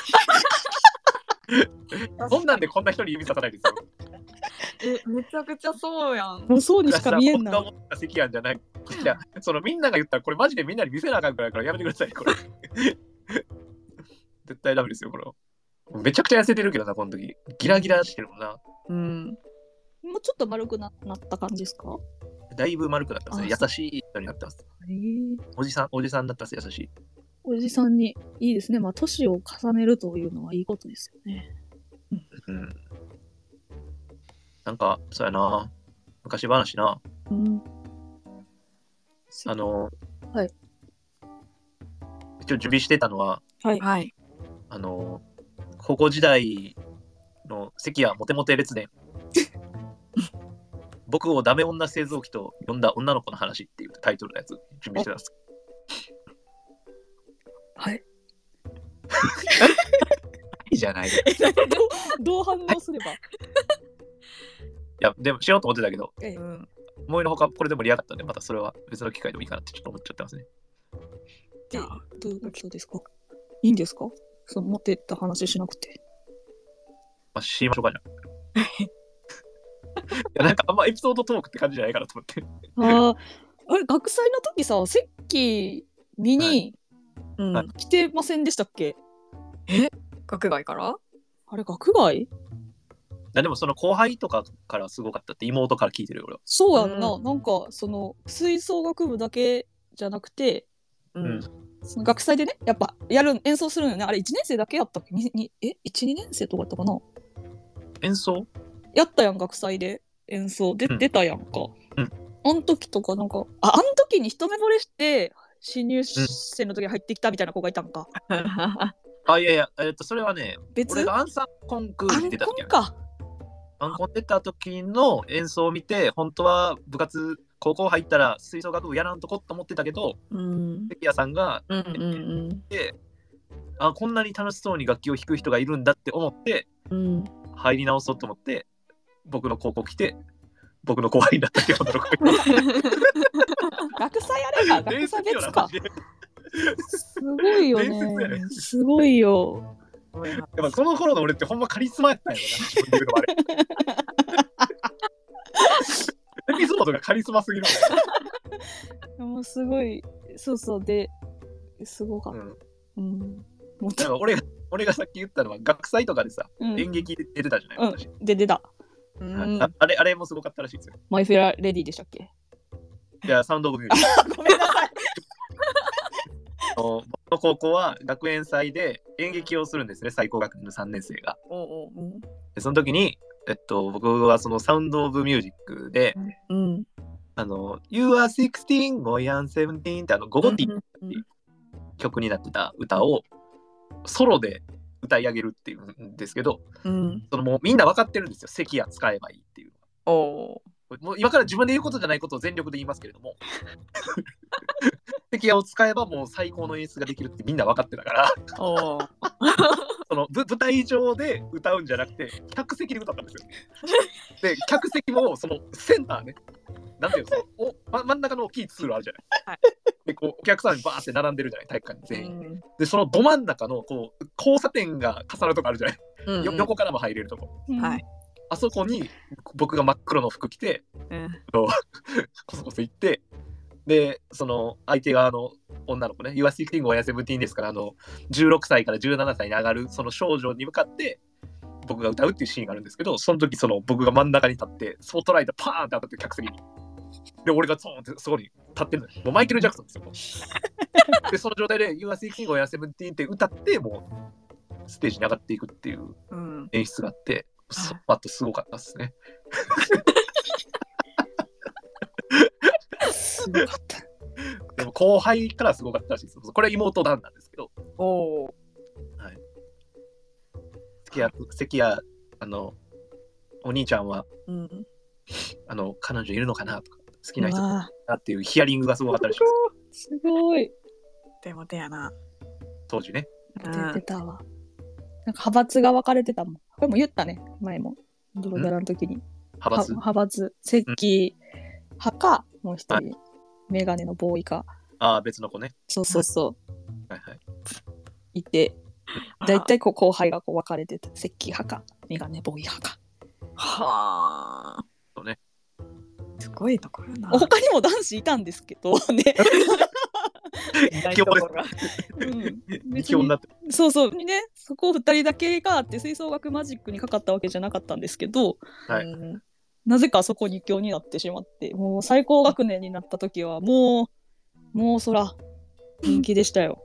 そんなんでこんな人に指ささないですよ。え、めちゃくちゃそうやん。もうそうにしか見えん僕がな。思った関やんじゃない。いや、そのみんなが言ったら、これマジでみんなに見せなあかんくらいからやめてください、これ。 絶対ダメですよ、これは。めちゃくちゃ痩せてるけどな、この時。ギラギラしてるもんな。うん。もうちょっと丸くななった感じですかだいぶ丸くなってますね。あそ優しい人になってます。ええおじさん、おじさんだったら優しい。おじさんにいいですね。まあ、年を重ねるというのはいいことですよね。うん。なんか、そうやな。昔話な。うん。あの、はい。一応準備してたのは、はい。はい。あの、高校時代の関谷モテモテ 列伝。僕をダメ女製造機と呼んだ女の子の話っていうタイトルのやつ準備してたんです。はい。いいじゃない。いえ、なん かどうどう反応すれば。や、でもしようと思ってたけど、ええうん。思いのほかこれでも嫌だったんで、またそれは別の機会でもいいかなってちょっと思っちゃってますね。じゃあ、どういうことですかいいんですかその持ってった話しなくて。まあ、しましょうかじ ゃん。いや、なんかあんまエピソードトークって感じじゃないかなと思って。ああ、あれ、学祭の時さ、セッキー見はにうんはい来てませんでしたっけ、学外からあれ、学外いやでもその後輩とかからすごかったって妹から聞いてるよ、俺は。そうやんな、うなんかその吹奏楽部だけじゃなくてうんその学祭でねやっぱやる演奏するのよねあれ1年生だけやったっけににえ12年生とかやったかな演奏やったやん学祭で演奏でうん出たやんか、うんあん時とかなんかああん時に一目惚れして新入生の時に入ってきたみたいな子がいたんか、あ、いやいや、えっと、それはね、別俺がアンサーコンクーアルにン出たコ時やンねかアンコン出た時の演奏を見て、本当は部活高校入ったら吹奏楽部やらんとこっと思ってたけど うん関谷さんがうんうんあこんなに楽しそうに楽器を弾く人がいるんだって思ってうんうん入り直そうと思って僕の高校来て僕の後輩になったっていう女の子がい学祭やればた学祭 伝説別よかマジですごいよね伝説やねすごいよやっぱこの頃の俺ってほんまカリスマやったんやろな自分で言うのもあれエピソードがカリスマすぎるもうすごいそうそうですごかもっん、た、うん、うん、もっだかと、ら俺が俺がさっき言ったのは学祭とかでさうん、演劇で出てたじゃないうん私、で出たうはいんああれあれもすごかったらしいですよマイフェラレディでしたっ けいやサウンドオブミュージックごめんなさいあの僕の高校は学園祭で演劇をするんですね最高学年の3年生がおうおうでその時にえっと僕はそのサウンドオブミュージックでうんあの You are 16 Boy and 17ってあのゴゴティうんうん曲になってた歌をソロで歌い上げるっていうんですけどうんそのもうみんな分かってるんですよ席や使えばいいっていうおおもう今から自分で言うことじゃないことを全力で言いますけれども 敵屋を使えばもう最高の演出ができるってみんな分かってたからおうそのぶ舞台上で歌うんじゃなくて客席で歌ったんですよ。で客席もそのセンターねなんていうのそのお、ま、真ん中の大きい通路あるじゃな。はいでこうお客さんバーって並んでるじゃない体育館にう全員。んでそのど真ん中のこう交差点が重なるとこあるじゃない、うんよ横からも入れるとこ。はいあそこに僕が真っ黒の服着てうんこそこそ行ってでその相手側の女の子ね YourSixteen 親17ですからあの16歳から17歳に上がるその少女に向かって僕が歌うっていうシーンがあるんですけどその時その僕が真ん中に立ってスポットライトパーンって当たって客席にで俺がゾーンってそこに立ってるのもうマイケル・ジャクソンですよでその状態で YourSixteen 親17って歌ってもうステージに上がっていくっていううん演出があってそあとすごかったですねすごかったでも後輩からすごかったらしいですこれは妹なんなんですけどおう関谷関谷あのお兄ちゃんはうんあの彼女いるのかなとか好きな人だうわなっていうヒアリングがすごかったらしいですーすごいでも手やな当時ねうん出てたわなんか派閥が分かれてたもんこれも言ったね前もドロドラの時に派は閥派閥石器派かもう一人、メガネのボーイかああ別の子ねそうそうそうはいはいいてあー大体こう後輩がこう分かれてた石器派かメガネボーイ派かはあそうねすごいところやな他にも男子いたんですけどね、二強ですうん二強になってるそうそうねそこ2人だけがあって吹奏楽マジックにかかったわけじゃなかったんですけどはいうんなぜかそこ2強になってしまってもう最高学年になった時はもうもうそら人気でしたよ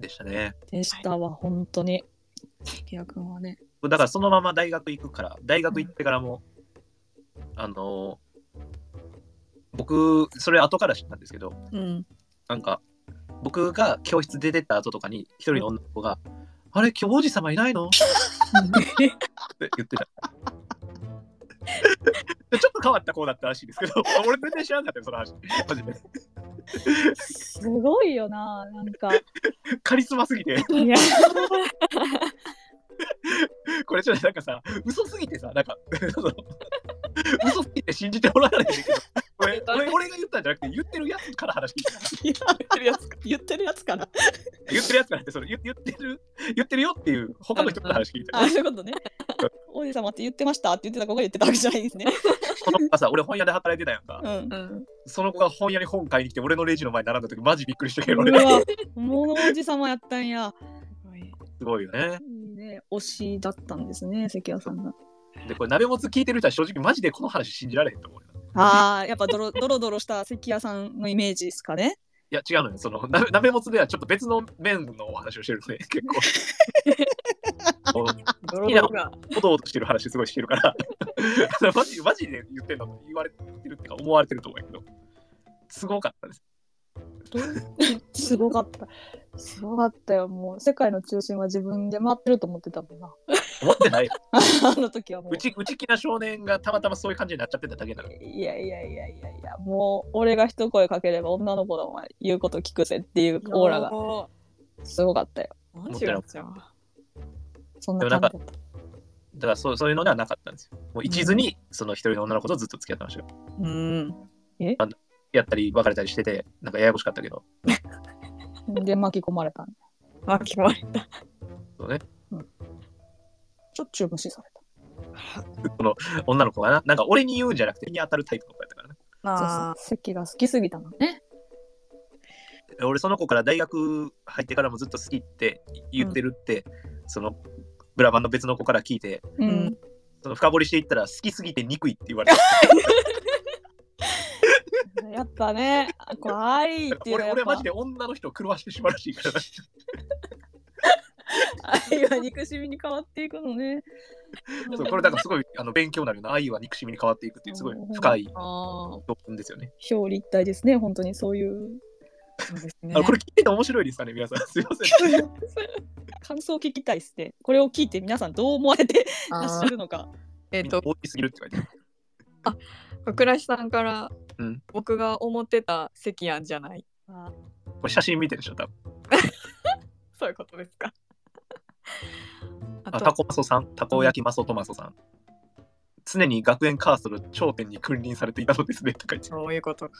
でしたねでしたわ本当に関谷君はねだからそのまま大学行くから大学行ってからも、あの僕それ後から知ったんですけどうんなんか僕が教室出てった後とかに一人の女の子が「あれ今日王子様いないの?」って言ってた。 ちょっと変わった子だったらしいですけど、 俺全然知らなかったよ、その話。マジで。すごいよななんかカリスマすぎて、いやこれちょっとなんかさ、嘘すぎてさ、なんか、 その嘘すぎて信じてもらわないでけど、俺俺俺が言ったんじゃなくて、言ってるやつから話聞いてた言ってるやつか言ってるやつかな言ってるやつからって、その言言ってる、言ってるよっていう、他の人から話聞いてた。あそういうことね王子様って言ってましたって言ってた子が言ってたわけじゃないですねこの子がさ、俺本屋で働いてたやんかう。んうんその子が本屋に本買いに来て、俺のレジの前に並んだ時、マジびっくりしたけど、う俺。わ物王子様やったんやすごいよね。いいね推しだったんですね関谷さんがで、これ、鍋もつ聞いてる人は正直マジでこの話信じられへんと思うよ。ああやっぱドロドロドロした関谷さんのイメージですかねいや違うのよ、そのな鍋もつではちょっと別の面のお話をしてる ので、結構。もうドロドロがおどおどしてる話すごいしてるから、 マジマジで言ってんのか言われてるってか思われてると思うけど、すごかったです。すごかったすごかったよもう世界の中心は自分で回ってると思ってたもんな思ってないよ。あの時はもううち、うちきな少年がたまたまそういう感じになっちゃってただけなの。いやいやいやいやいやもう俺が一声かければ女の子だお前言うこと聞くぜっていうオーラがおすごかったよマジかじゃあそんな感じだっただからそうそういうのではなかったんですよ。もう一途にその一人の女の子とずっと付き合ってましたよ。うんやったり別れたりしてて、なんかややこしかったけど。で巻き込まれたんだ巻き込まれたそうね、しょっちゅう無視されたこの女の子がな、なんか俺に言うんじゃなくて、に当たるタイプの子やったからね。そうそう席が好きすぎたのね俺その子から大学入ってからもずっと好きって言ってるって、そのブラバンの別の子から聞いて、ううんんその深掘りしていったら好きすぎて憎いって言われて、やっぱねこう愛っていうの俺は俺やっマぱ ジで女の人を狂わしてしまうらしいからな。愛は憎しみに変わっていくのねそうこれだからすごいあの勉強になるよな愛は憎しみに変わっていくっていうすごい深いあ教訓ですよね。表裏一体ですね本当にそういうあそうですねあのこれ聞いてて面白いですかね皆さん。 すいません。 感想を聞きたいっすね。これを聞いて皆さんどう思われてらっしあゃるのか。えっ、みんなと大きすぎるって書いてある。桜井さんから、うん僕が思ってた関やんじゃないこれ写真見てるでしょ多分。そういうことですかああとタコマソさんタコ焼きマソトマソさん。常に学園カーソル頂点に君臨されていたのですねって書いてあそういうことか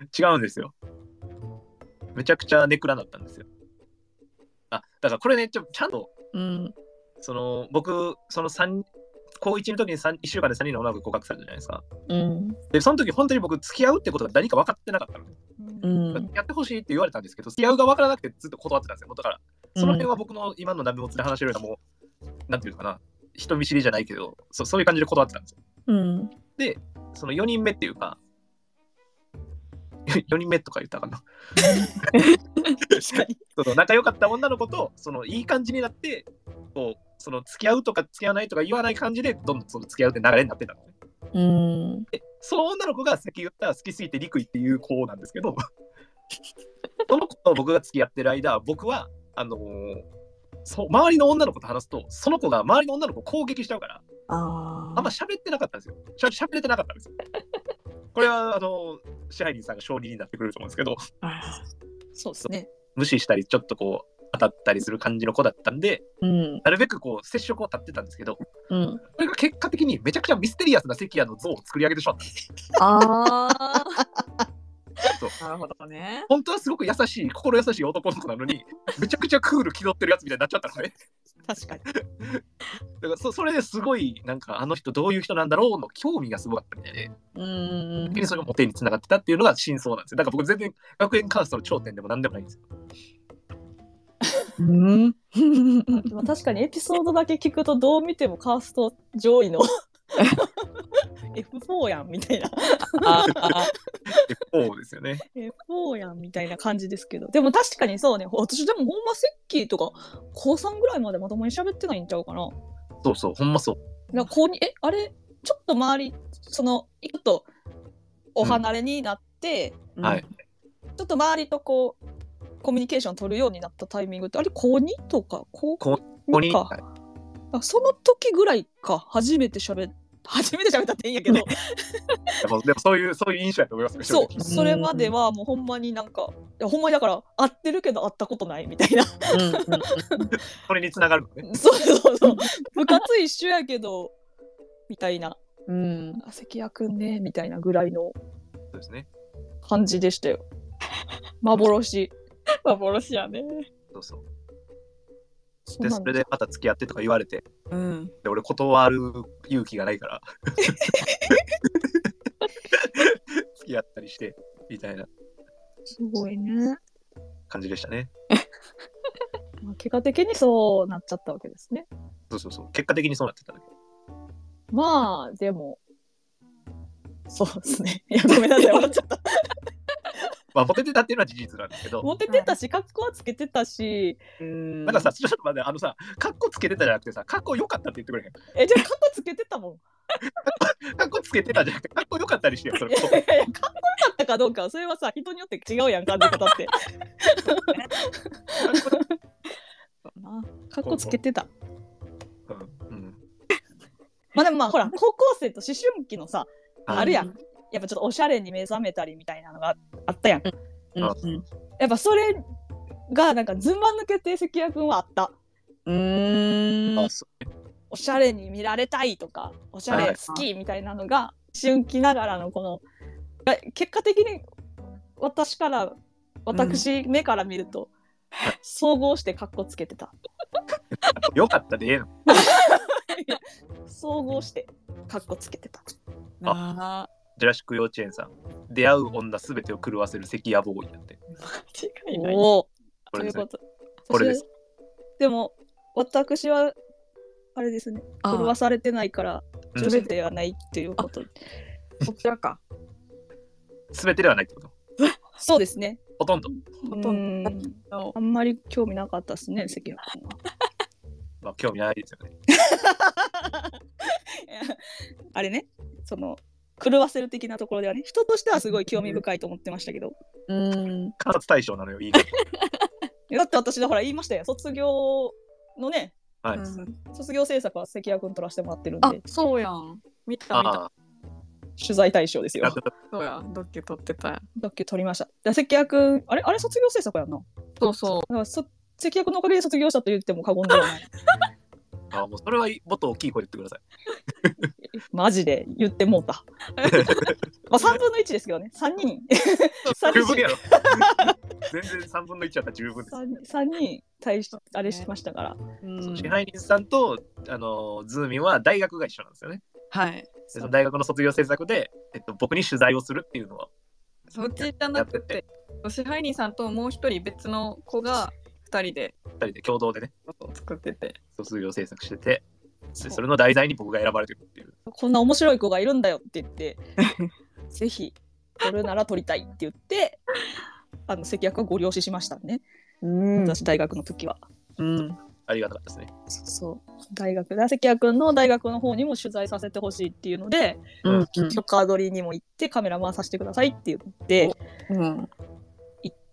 る違うんですよ。めちゃくちゃネクラだったんですよ。あだからこれねちょちゃんとうんその僕その三高1の時に1週間で3人の女の子に告白されたじゃないですか。うんでその時本当に僕付き合うってことが何か分かってなかったのね。うんやってほしいって言われたんですけど、付き合うが分からなくてずっと断ってたんですよ。もうだから、その辺は僕の今の波持ちで話してるよりも、なんていうのかな、人見知りじゃないけどそ、そういう感じで断ってたんですよ。うんその4人目っていうか、4人目とか言ったかな。その仲良かった女の子と、そのいい感じになって、こう、その付き合うとか付き合わないとか言わない感じで、どんどんその付き合うって流れになってたのね。うんその女の子がさっき言った好きすぎて憎いっていう子なんですけど、その子と僕が付き合ってる間、僕は、あのーそう周りの女の子と話すと、その子が周りの女の子を攻撃しちゃうから、ああんま喋ってなかったんですよ。しゃ喋れてなかったん ですよ。これは、あのー支配人さんが勝利になってくれると思うんですけど、あそうですね。無視したり、ちょっとこう、当たったりする感じの子だったんで、うんなるべくこう、接触を立ってたんですけど、こうんれが結果的にめちゃくちゃミステリアスな関谷の像を作り上げてしまったんですああそうなるほどね本当はすごく優しい心優しい男の子なのにめちゃくちゃクール気取ってるやつみたいになっちゃったのね 確かに。だからそそれですごいなんかあの人どういう人なんだろうの興味がすごかったみたいでうん逆にそれがモテにつながってたっていうのが真相なんですよだから僕全然学園カーストの頂点でも何でもないんです ようんでも確かにエピソードだけ聞くとどう見てもカースト上 位の F4 やんみたいな。ああそうですよね F4 やんみたいな感じですけど。でも確かにそうね。私でもほんまセッキーとか高3ぐらいまでまともに喋ってないんちゃうかな。そうそうほんまそうなんか高にえあれちょっと周りそのちょっとお離れになって、はいちょっと周りとこうコミュニケーション取るようになったタイミングってあれ高2とか高高ここ2に、かはあその時ぐらいか初めて喋っ初めて喋ったっていいんやけどいでもでもそういうそういう印象やと思いますよ正直そうそれまではもうほんまになんかいやほんまにだから会ってるけど会ったことないみたいなそれにつながるのねそうそうそう部活一緒やけどみたいなうんあ関谷くんねみたいなぐらいのそうですね感じでしたよ幻幻やねそうそうそうでなそんれだでまた付き合ってとか言われてうんで俺断る勇気がないから 付き合ったりしてみたいなすごいね、感じでしたねまあ、結果的にそうなっちゃったわけですねそうそうそう結果的にそうなってたんだけまあでもそうですね いやごめんなさい笑っちゃったまあモテてたっていうのは事実なんですけどモテてたし、格好はつけてたし、うんなんかさちょっと待ってあのさカッコつけてたじゃなくてさカッコ良かったって言ってくれへえ、じゃあ格好つけてたもん。 んカッコつけてたじゃなくてカッコ良かったりしてよそ れいやいやいや、格好良かったかどうかは、それはさ、人によって違うやん、感じ方 って。そうな格好つけてた。うんまあでもまあほら高校生と思春期のさはいあるやんやっぱちょっとおしゃれに目覚めたりみたいなのがあったやんうんうんやっぱそれがなんかずんば抜けて関谷君はあったうーんあそおしゃれに見られたいとかおしゃれ好きみたいなのが思春期ながらのこのが結果的に私から私目から見ると、総合してカッコつけてたうよかったでええの総合してカッコつけてたなあジュラシック幼稚園さん出会う女すべてを狂わせる関谷ボーイだって間違いないおおことれいですうねことこれです私でも私はあれですねあ狂わされてないからうん女性ではないっていうこと、そちらかすべてではないってことそうですねほとんど、ほうとんどんあんまり興味なかったですね関谷君は。まあ、興味ないですよねいや あれねその狂わせる的なところではね人としてはすごい興味深いと思ってましたけどうん観察対象なのよいいけどだって私だほら言いましたよ卒業のねはい、卒業制作は関谷君撮らせてもらってるんあでそうやん見た見たあ取材対象ですよあそうやドッキリ撮ってたやんだっけ撮りましただから関谷君あれあれ卒業制作やんなだそうそからそ関谷君のおかげで卒業したと言っても過言ではないあもうそれはもっと大きい声で言ってくださいマジで言っても うたまあ3分の1ですけどね3人三十人分やろ全然3分の1だったら十分です三三人対しあれしましたからう、うんそう支配人さんとあのズーミンは大学が一緒なんですよね。はいでその大学の卒業制作で、えっと、僕に取材をするっていうのは、そっちじゃなくて支配人さんともう一人別の子が二人で2人で共同でね、作ってて卒業制作してて、でそれの題材に僕が選ばれてるっていう。こんな面白い子がいるんだよって言 って、ぜひ撮るなら撮りたいって言って、あの関役はご了承しましたね。うん私大学の時は。うんありがたかったですね。そうそう大学だ関谷君の大学の方にも取材させてほしいっていうので、うん許可取りにも行ってカメラマンさせてくださいって言ってうん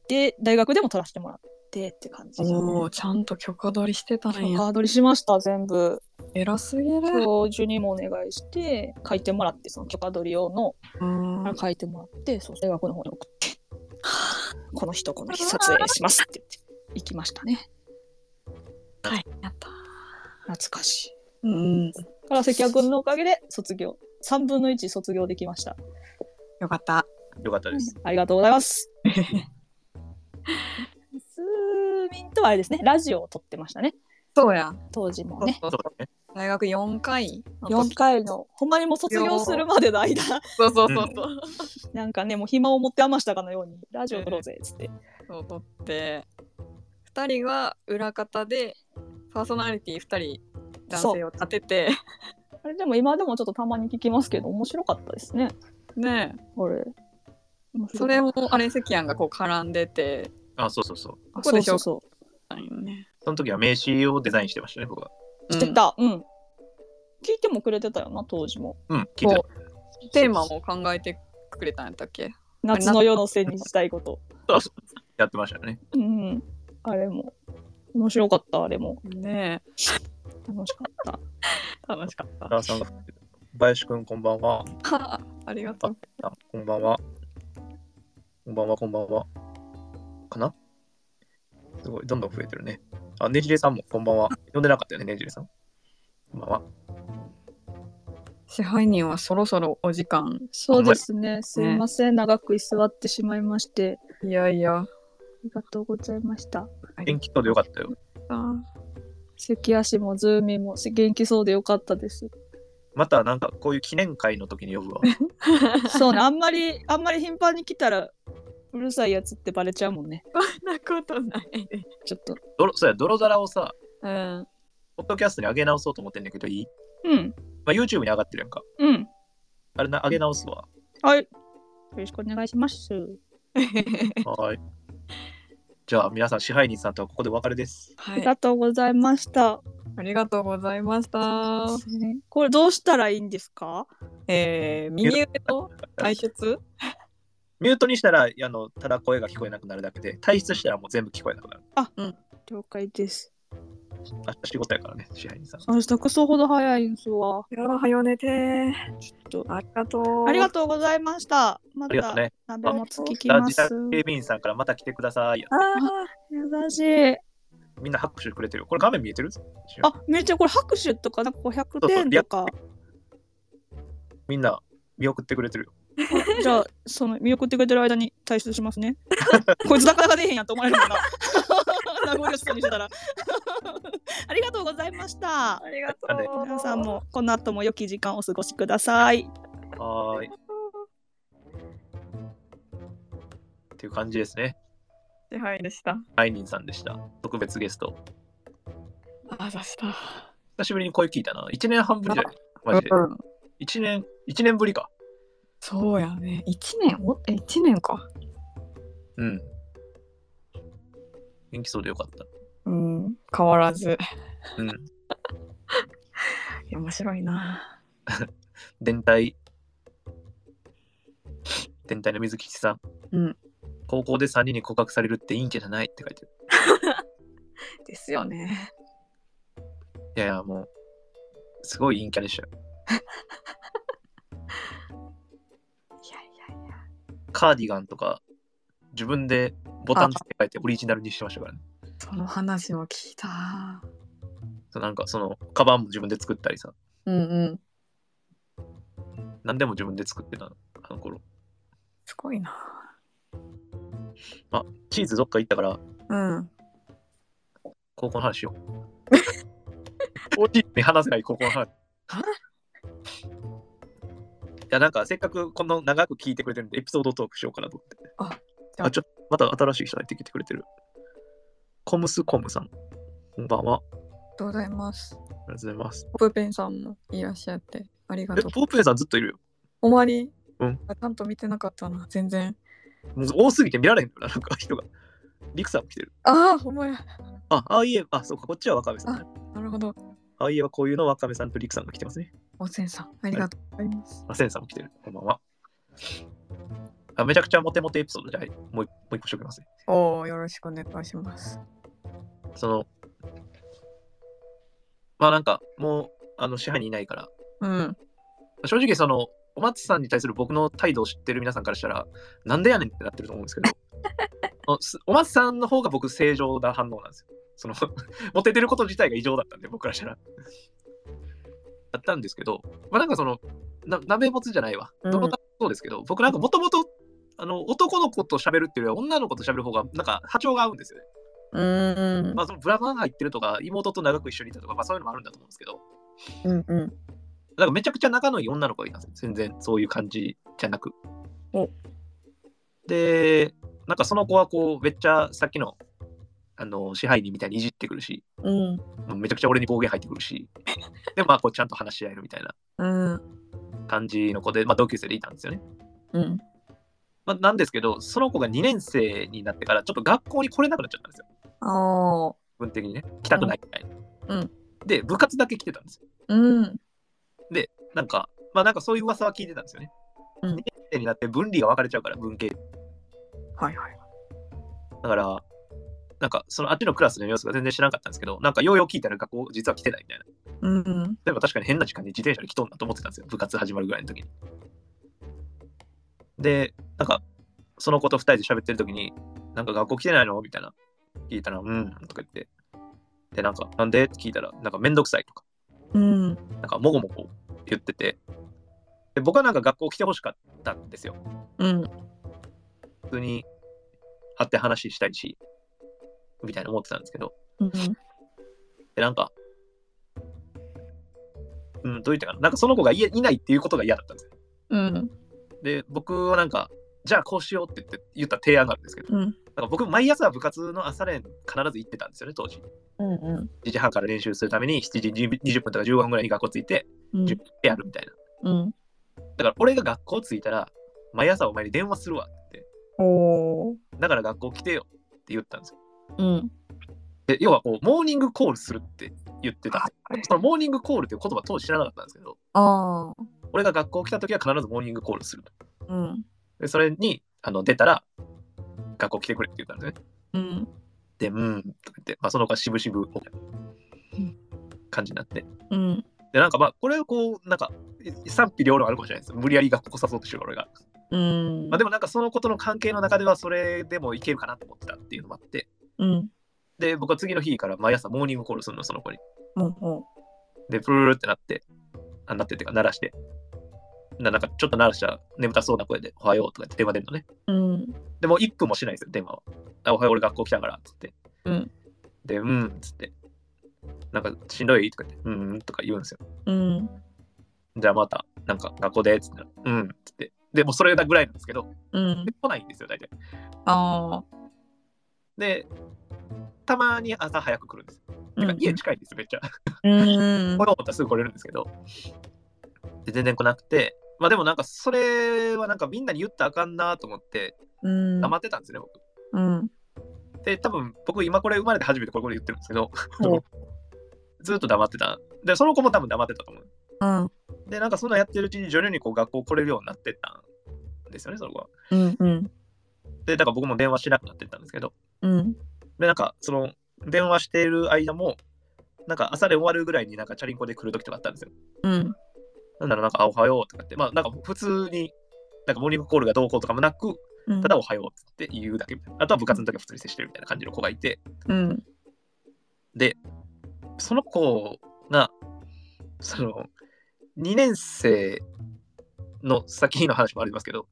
で大学でも撮らせてもらってって感じですねおーちゃんと許可取りしてたん許や可取りしました全部偉すぎる教授にもお願いして書いてもらってその許可取り用のうんあ書いてもらって、そう大学の方に送 って、この人、この日撮影しますって言って、行きましたね。はいやった懐かしい。うんだから関谷君のおかげで卒業、3分の1卒業できました。よかったよかったです。ありがとうございます。スーミンとはあれですね、ラジオを撮ってましたね、 そうや当時もそうね。そうそうだね。大学四回4回の、ほんまにもう卒業するまでの間、そうそうそうそうなんかね、もう暇を持って余したかのように、ラジオ撮ろうぜっつって。そう撮って2人が裏方でパーソナリティ2人男性を立ててあれでも今でもちょっとたまに聞きますけど、面白かったですね、ねこれ。えそれもあれ関庵がこう絡んでてあ、そうそうそう。ここでしょあそうそうたんよねその時は名刺をデザインしてましたね、僕は。そうしてた、うん。聞いてもくれてたよな、当時も。うん、聞いてたそ。うんテーマも考えてくれたんやったっけ夏の夜のせいにしたいこと。そうそうやってましたね。うん。あれも。面白かった、あれも。ねえ 楽しかった。 楽しかったラーさんが林くん、こんばんは。はあありがとうあこんばんは。こんばんは、こんばんは。かなすごい、どんどん増えてるね。あ、ねじれさんも、こんばんは。呼んでなかったよね、ねじれさん。こんばんは。支配人はそろそろお時間そうですね。すいません、長く居座ってしまいまして。いやいやありがとうございました。元気そうでよかったよ。あ関足もズーミンも元気そうでよかった です。また、なんか、こういう記念会の時に呼ぶわ。そうね、あんまり、あんまり頻繁に来たら、うるさいやつってバレちゃうもんね。そんなことないでちょっと。泥そうや、泥皿をさ、 うんポッドキャストに上げ直そうと思ってんだけど、いい、うん。まあ、?YouTube に上がってるやんか。うん。あれな、上げ直すわ。はい。よろしくお願いします。はーい。じゃあ、皆さん、支配人さんとはここでお別れです。あはりいがとうございました。ありがとうございましたこれどうしたらいいんですか？えー、右上の退出ミュートにしたら、あの、ただ声が聞こえなくなるだけで、退出したらもう全部聞こえなくなる。了解です。明日仕事やからね、支配人さん。明日クソほど早いんすわ。やはよ寝て。ちょっと。ありがとう。ありがとうございました。まありがとたうね。鍋もつききじゃあ、ま自す。宅警備員さんからまた来てください。あ優しい。みんな拍手くれてる。これ画面見えてるあ、めっちゃこれ拍手とかなんか500点とか。みんな見送ってくれてるよ。じゃあ、その見送ってくれてる間に退出しま すね。こいつなかなか出へんやんと思われるもんな。 名残惜しそうにしてたら。ありがとうございましたあ。りがとう。皆さん。もこの後も良き時間をお過ごしください。はーい。っていう感じですね。支配でした。アイニンさんでした。特別ゲスト。あざした。久しぶりに声聞いたな。1年半ぶりじゃないマジで。うん1年、一年ぶりか。そうやね。一年おえ一年か。うん。元気そうでよかった。うん。変わらず。うん。い や面白いな。伝体。伝体の水吉さん。うん。高校で3人に告白されるっていいんじゃないって書いてる。ですよね。いやいや、もう、すごい陰キャでしたよ。いやいやいや。カーディガンとか、自分でボタンつけて書いてオリジナルにしてましたからね。その話も聞いた。そうなんかその、カバンも自分で作ったりさ、うんうん。何でも自分で作ってたの、あの頃。すごいな。チーズどっか行ったから、うん。高校の話しよう。おじいに話せない高校の話。いや、なんかせっかくこの長く聞いてくれてるんで、エピソードトークしようかなと思って。あじゃああ、ちょっと、また新しい人入ってきてくれてる。コムスコムさん。こんばんは。ございます。ありがとうございます。ポープペンさんもいらっしゃってありがえ、とう。ポープエさんずっといるよ。おまり。うんあちゃんと見てなかったな。全然。もう多すぎて見られへんのよな、なんか人が。リクさんも来てる。ああ、ほんまや。あ、あいえ、あ、そうか、こっちはワカメさんね。なるほど。あいえはこういうのワカメさんとリクさんが来てますね。おせんさん、ありがとうございます。あ、センさんも来てる。こんばんは。あめちゃくちゃモテモテエピソードじゃない。もう一もう一個しときますね。おお、よろしくお願いします。その、まあなんか、もう、あの、支配にいないから、うん。正直その、お松さんに対する僕の態度を知ってる皆さんからしたら、なんでやねんってなってると思うんですけ ど、おすお松さんの方が僕正常な反応なんですよ。その、 モテてること自体が異常だったんで、僕からしたら。だったんですけど、まあなんかその、な鍋もつじゃないわ。うんどの方もそうですけど、僕なんかもともと、あの男の子と喋るっていうよりは女の子と喋る方がなんか波長が合うんですよね。うん。まあそのブラファン入ってるとか妹と長く一緒にいたとか、まあそういうのもあるんだと思うんですけど、うんうん。なんかめちゃくちゃ仲のいい女の子がいたんですよ。全然そういう感じじゃなくお。で、なんかその子はこう、めっちゃさっきのあの支配人みたいにいじってくるし、うん。もうめちゃくちゃ俺に暴言入ってく るし、で、まあこうちゃんと話し合えるみたいなうん。感じの子で、まあ同級生でいたんですよね。うん。まあ、なんですけど、その子が2年生になってから、ちょっと学校に来れなくなっちゃったんですよ。ああ。部分的にね。来たくないみたいな。うんうんで、部活だけ来てたんですようん。なんか、まあなんかそういう噂は聞いてたんですよね。うん2年生になって分離が分かれちゃうから、文系。はいはい。だから、なんかそのあっちのクラスの様子が全然知らなかったんですけど、なんかようよう聞いたら学校実は来てないみたいな。うん。例えば確かに変な時間に自転車で来とんなと思ってたんですよ。部活始まるぐらいの時に。で、なんか、その子と2人で喋ってる時に、なんか学校来てないのみたいな。聞いたら、うん、とか言って。で、なんか、なんでって聞いたら、なんかめんどくさいとか。うん。なんかもごもご言っててで僕はなんか学校来てほしかったんですようん。普通に会って話したいしみたいな思ってたんですけどうん。でなんかうんどう言ったかななんかその子がいいないっていうことが嫌だったんですようん。で僕はなんかじゃあこうしようって言って言った提案があるんですけどうん。なんか僕毎朝部活の朝練必ず行ってたんですよね当時うん。うん。 7時半から練習するために7時20分とか15分ぐらいに学校着いてうん10分でやるみたいなうん。だから俺が学校着いたら毎朝お前に電話するわっておお。だから学校来てよって言ったんですよ。うん。で要はこうモーニングコールするって言ってたんですはいはいよ。そのモーニングコールっていう言葉当時知らなかったんですけど、ああ。俺が学校来た時は必ずモーニングコールすると。うん。でそれにあの出たら学校来てくれって言ったんですね。うん。で、うんとか言って、まあ、その子はしぶしぶ感じになって。うんで、なんかまあ、これはこう、なんか、賛否両論あるかもしれないです。無理やり学校誘おうとしてる俺が。うんまあでもなんかそのことの関係の中ではそれでもいけるかなと思ってたっていうのもあって。うんで、僕は次の日から毎朝モーニングコールするの、その子に。もうもで、プルルルってなって、あ、なってっていうか、鳴らして。ななんかちょっと鳴らしたら眠たそうな声で、おはようとかって電話出るのね。ううんでも1分もしないんですよ、電話は。あおはよう、俺学校来たから、つって。うんで、うん、つって。なんか、しんどいとか言って、うん、うん、とか言うんですよ。うんじゃあまた、なんか、学校で、つって、うん、つって。で、もうそれだぐらいなんですけど、うんで来ないんですよ、大体。ああで、たまに朝早く来るんです。てか嗯家近いんですよ、めっちゃ。うん来ようと思ったらすぐ来れるんですけど。で、全然来なくて、まあでもなんか、それはなんかみんなに言ったらあかんなと思って、うん黙ってたんですよね、うん僕。で、多分、僕今これ生まれて初めてこれこれ言ってるんですけど、お ずっと黙ってた。で、その子も多分黙ってたと思う。うんで、なんかそんなやってるうちに徐々にこう学校来れるようになってったんですよね、その子は。うんうんで、だから僕も電話しなくなってったんですけど、うんで、なんかその電話している間も、なんか朝で終わるぐらいになんかチャリンコで来る時とかあったんですよ。うんなんだろう、なんかあおはようとかって、まあなんか普通に、なんかモーニングコールがどうこうとかもなく、うんただおはようって言うだけみたいな。あとは部活の時は普通に接してるみたいな感じの子がいて、うんで、その子が、その、2年生の先の話もありますけど、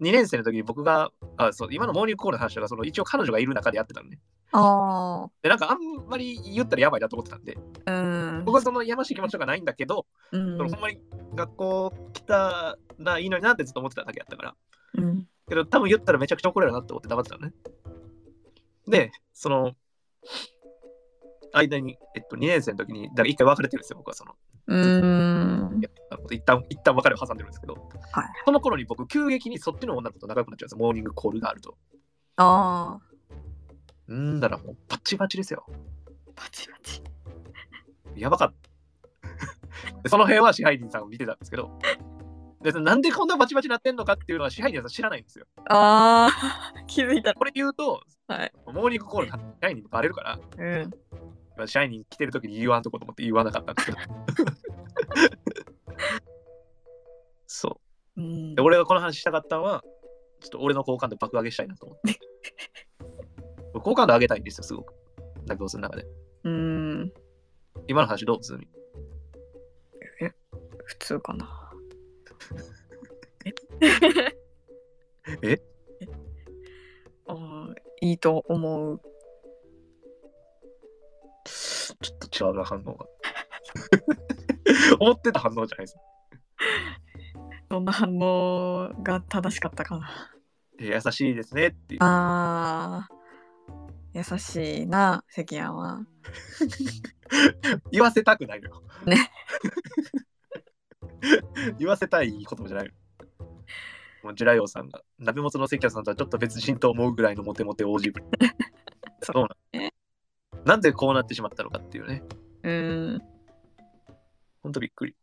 2年生の時に僕が、あそう今のモーニングコールの話とか、その一応彼女がいる中でやってたのね。あで、なんかあんまり言ったらやばいなと思ってたんで、あうん僕はそのやましい気持ちとかないんだけど、うそのんほんまに学校来たらいいのになってずっと思ってただけだったから。うんけど多分言ったらめちゃくちゃ怒られるなって思って黙ってたのね。で、その、間に、えっと、2年生の時に、だから一回別れてるんですよ、僕はその。うん嗯いやあの一旦、一旦別れを挟んでるんですけど、はいその頃に僕、急激にそっちの女の子と仲良くなっちゃうんですよ、モーニングコールがあると。ああうんだらもう、バチバチですよ。パチパチやばかった。 でその辺は支配人さんを見てたんですけど、でなんでこんなバチバチなってんのかっていうのは支配人さん知らないんですよ。ああ気づいたこれ言うと、はいモーニングコールの支配人にバレるから、うんまあシャイニー来てる時に言わんとこと思って言わなかったんです けど。そうう。んで、俺がこの話したかったのは、ちょっと俺の好感度爆上げしたいなと思って。 俺好感度上げたいんですよ、すごく。だけど、その中で。うん今の話どうする普通かなえあーいいと思うちょっと違うな、反応が。 思ってた反応じゃないです。どんな反応が正しかったかなえー優しいですねっていう。あー優しいな関谷は言わせたくないのよ。ね 言わせたい言葉じゃないの。もうジュラヨウさんが、鍋元の関谷さんとはちょっと別人と思うぐらいのモテモテ OG ぶり。 そうそうなのねなんでこうなってしまったのかっていうね。うんほんとびっくり。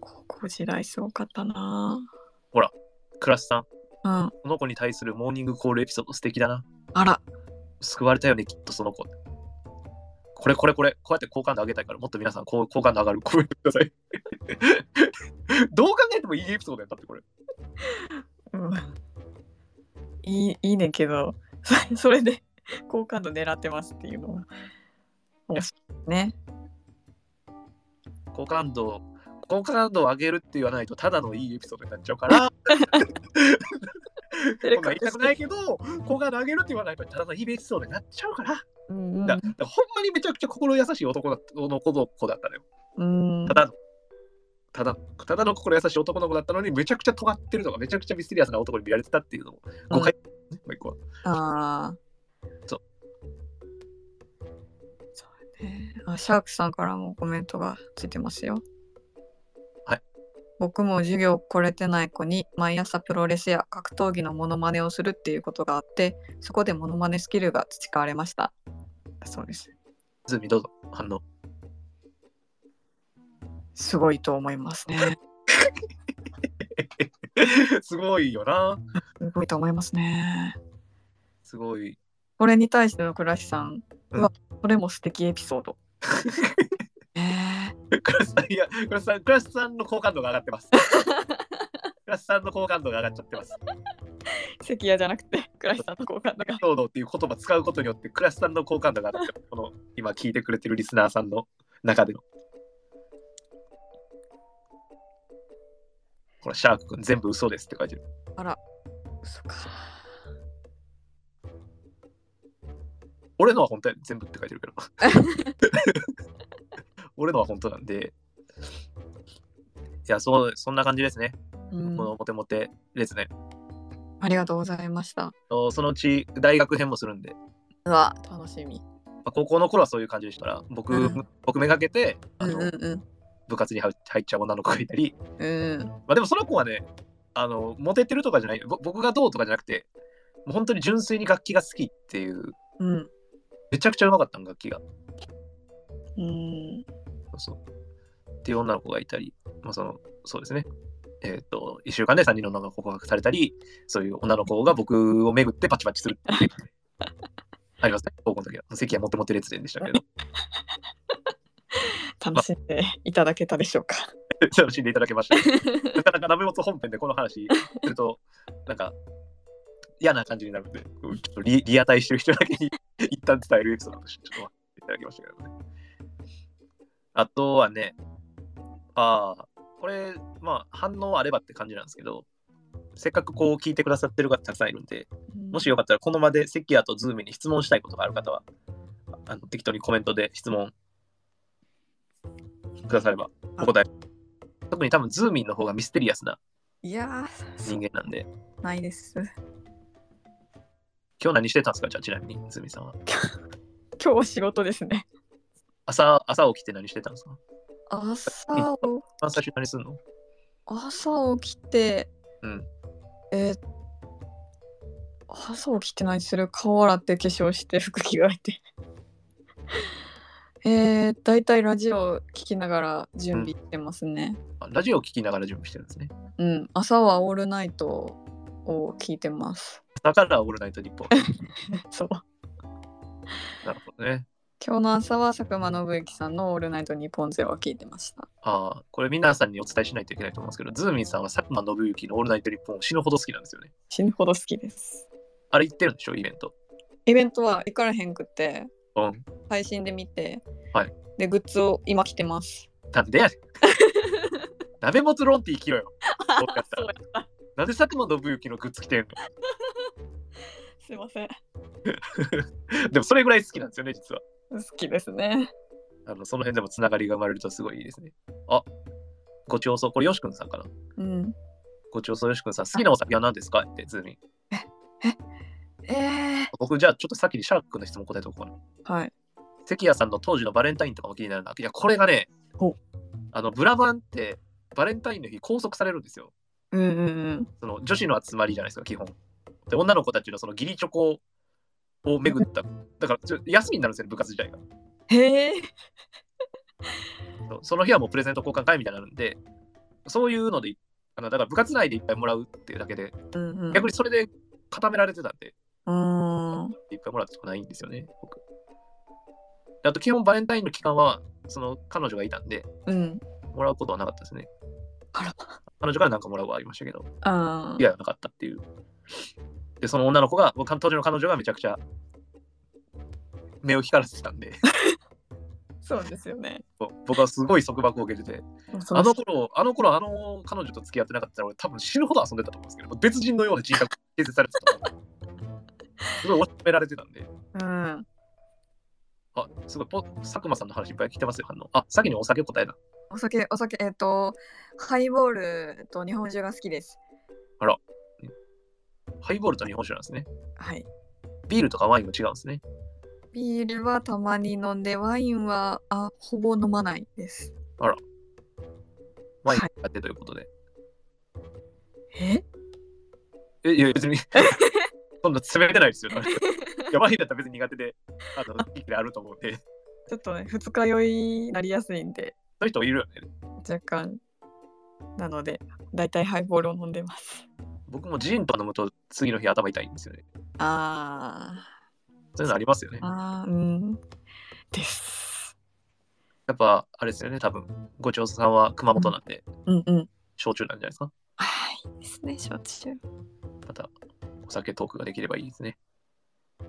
高校時代すごかったなクラスさん、うんこの子に対するモーニングコールエピソード素敵だな。あら救われたよね、きっとその子。これこれこれ、こうやって好感度上げたいから、もっと皆さんこう好感度上がるコメントください。 どう考えてもいいエピソードやったってこれ。うんいいいいねんけどそれそれで好感度狙ってますっていうのは面白いね好感度を好感度を上げるって言わないとただのいいエピソードになっちゃうからそそんな言いたくないけど好感度上げるって言わないとただのいいエピソードになっちゃうからだうんだからほんまにめちゃくちゃ心優しい男だの子の子だったのようんただのただただの心優しい男の子だったのにめちゃくちゃ尖ってるとかめちゃくちゃミステリアスな男に見られてたっていうのも誤解、ねもう一個はああそうそうねあシャークさんからもコメントがついてますよはい僕も授業来れてない子に毎朝プロレスや格闘技のモノマネをするっていうことがあってそこでモノマネスキルが培われましたそうですズーミーどうぞ反応 すごいと思いますねすごいよなすごいと思いますねすごいこれに対しての倉石さんそれも素敵エピソー ド。えクラスさん、いや、クラスさん、クラスさんの好感度が上がってます。クラスさんの好感度が上がっちゃってます。ー、関谷じゃなくて倉石さんの好感度が。共同っていう言葉使うことによって、クラスさんの好感度が上がってます。この、今聞いてくれてるリスナーさんの中での。ほら、シャーク君、全部嘘ですって書いてる。そっか。俺のは本当や全部って書いて るけど。俺のは本当なんで。いや、そう、そんな感じですね。うんこのモテモテですね。ありがとうございました。おそのうち大学編もするんで、うわ、楽しみ。まあ、高校の頃はそういう感じでしたら、僕、うん僕めがけて、うあんのうん部活に入入っちゃう女の子がいたり、うん。うん。まあ、でもその子はね、あのモテてるとかじゃない、ぼ僕がどうとかじゃなくて、もう本当に純粋に楽器が好きっていう、うん。めちゃくちゃうまかったの、楽器が。うん。そうそう。っていう女の子がいたり、まあ、その、そうですね。えっ、と、1週間で3人の女の子が告白されたり、そういう女の子が僕を巡ってパチパチするっていうありますね、高校の時は。席はもってもって列伝でしたけど、楽しんでいただけたでしょうか。楽しんでいただけました。なかなかダメ元本編でこの話すると、なんか、嫌な感じになるので、ちょっとリリアタイしてる人だけに一旦伝えるエピソードとして、ちょっと待っていただきましたけどね。あとはね、ああ、これ、まあ、反応あればって感じなんですけど、せっかくこう聞いてくださってる方たくさんいるんで、もしよかったらこの場で関谷とズームに質問したいことがある方は、あの適当にコメントで質問くださればお答え。特に多分ズーミンの方がミステリアスないやー、そ人う間なんで、ないです。今日何してたんですかじゃあちなみにズーミンさんは。今日は仕事ですね。朝朝起きて何してたんですか朝を一番最初に何するの朝起きて、うんえー朝起きて何する顔洗って化粧して服着替えて えー、だいたいラジオ聞きながら準備してますねあラジオを聞きながら準備してるんですね。うん、朝はオールナイトを聞いてます だからオールナイトニッポン。そうなるほどね。今日の朝は佐久間信之さんの「オールナイトニッポンゼロ」を聞いてましたああ、これ皆さんにお伝えしないといけないと思うんですけど、ズーミンさんは佐久間信之のオールナイトニッポンを死ぬほど好きなんですよね。死ぬほど好きですあれ行ってるんでしょイベント。イベントは行からへんくってうん。配信で見て、はいでグッズを今着てますなんで やねん。鍋元ロンティー着ろよ。どうかしたらそうやっなんで佐久間信之のグッ ズ着てんたすいませんのでもそれぐらい好きなんですよね、実は。好きですね。あのその辺でもつながりが生まれるとすごいいいですね。あごちそうさん、これよしくんさんかな。うん。ごちそうさん、よしくんさん、好きなお酒は何ですかって、ズーミン。ええ僕、じゃあちょっと先にシャーク君の質問答えておこうかな。はい。関谷さんの当時のバレンタインとかも気になるな。いや、これがねほ、あのブラバンってバレンタインの日拘束されるんですよ。うんうんその女子の集まりじゃないですか、基本。で、女の子たちのその義理チョコを巡った。だから、ちょ休みになるんですよね、部活自体が。うん。へえ。そうその日はもうプレゼント交換会みたいになるんで、そういうので、あのだから部活内でいっぱいもらうっていうだけで、うんうん。逆にそれで固められてたんで、うーん。いっぱいもらったことないんですよね、僕。であと、基本バレンタインの期間は、その彼女がいたんで、うん。もらうことはなかったですね。あら彼女からなんかもらうはありましたけど、あいや、なかったっていう。で、その女の子が、僕当時の彼女がめちゃくちゃ目を光らせてたんで、 そうですよね。僕はすごい束縛を受けてて、そあの頃、あの頃、あの彼女と付き合ってなかったら、俺多分死ぬほど遊んでたと思うんですけど、別人のような人格が形成されてたと思う。すごい追い詰められてたんで、うん。あ、すごいポ、佐久間さんの話いっぱい聞いてますよ、反応。あ、先にお酒答えな。お酒、お酒、えっ、と、ハイボールと日本酒が好きです。ハイボールと日本酒なんですね。はい。ビールとかワインも違うんですね。ビールはたまに飲んで、ワインは、あ、ほぼ飲まないです。ワインやってということで。ええ、いや、別に。 そんな詰めてないですよ。いや、ワインだったら別に苦手で、あの、好きであると思うんで、ちょそっとね、二日酔いになりやすいんで、ういう人もいるよね。若干。なので、だいたいハイボールを飲んでます。僕もジンとか飲むと次の日頭痛いんですよね。ああ。そういうのありますよね。あーうん。です。やっぱ、あれですよね、多分ご長さんは熊本なんで、うんうん。焼酎なんじゃないですか。はい。ですね、承知中。また、お酒トークができればいいですね。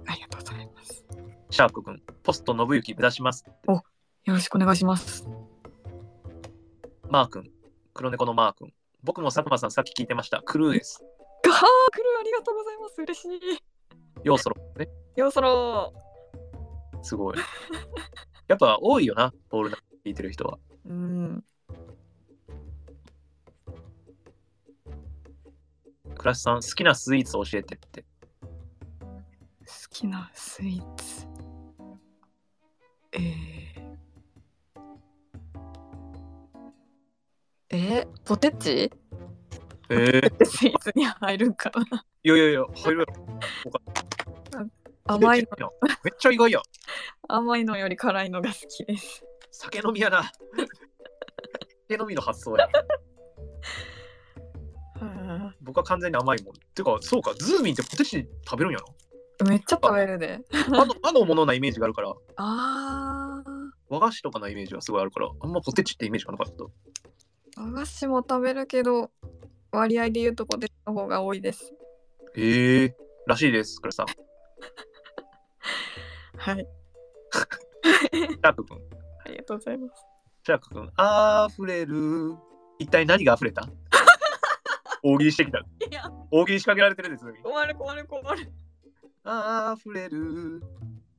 ありがとうございます。シャーク君、ポスト信行目指します。よろしくお願いします。マー君、黒猫のマー君。僕も佐久間さん、さっき聞いてました。クルーです。がー来るありがとうございます。嬉しい。要素のね、ようそろすごい。やっぱ多いよな、オールナイト聞いてる人は。うん。クラスさん、好きなスイーツを教えてって。好きなスイーツ。えー。えー、ポテチえー、スイーツに入るんかないやいやいや、入るよ。甘いのの。めっちゃ意外や。甘いのより辛いのが好きです。酒飲みやな。酒飲みの発想や。は僕は完全に甘いもん。てか、そうか、ズーミンってポテチ食べるんやあめっちゃ食べるで。な。あの、あのものなイメージがあるから、あ和菓子とかのイメージがすごいあるから、あんまポテチってイメージがなかった。あ、和菓子も食べるけど、割合で言うとポテチの方が多いです。へえ、らしいです、クラスさん。シはい、ャーク君。ありがとうございます。シャーク君、あふれる。一体何が溢れ た大喜利してきた。いや、大喜利仕掛けられてるんです、ズーミン。困る困る困る。あふれる。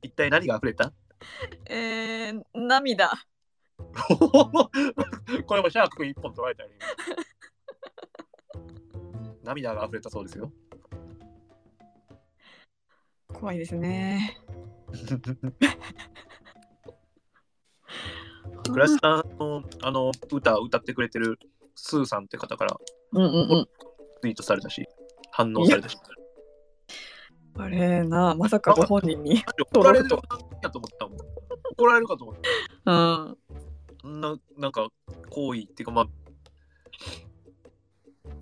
一体何が溢れ たえー、涙。これもシャーク君一本取られたよ、ね、今涙が溢れたそうですよ。怖いですね。クラシさんのあの歌を歌ってくれてるスーさんって方からうんうんツイートされたし、反応されたし、うん。あれな、まさかご本人に。怒られるかと思ったもん。怒られるかと思っ た。うん。そんな、なんか、行為っていうか、まあ、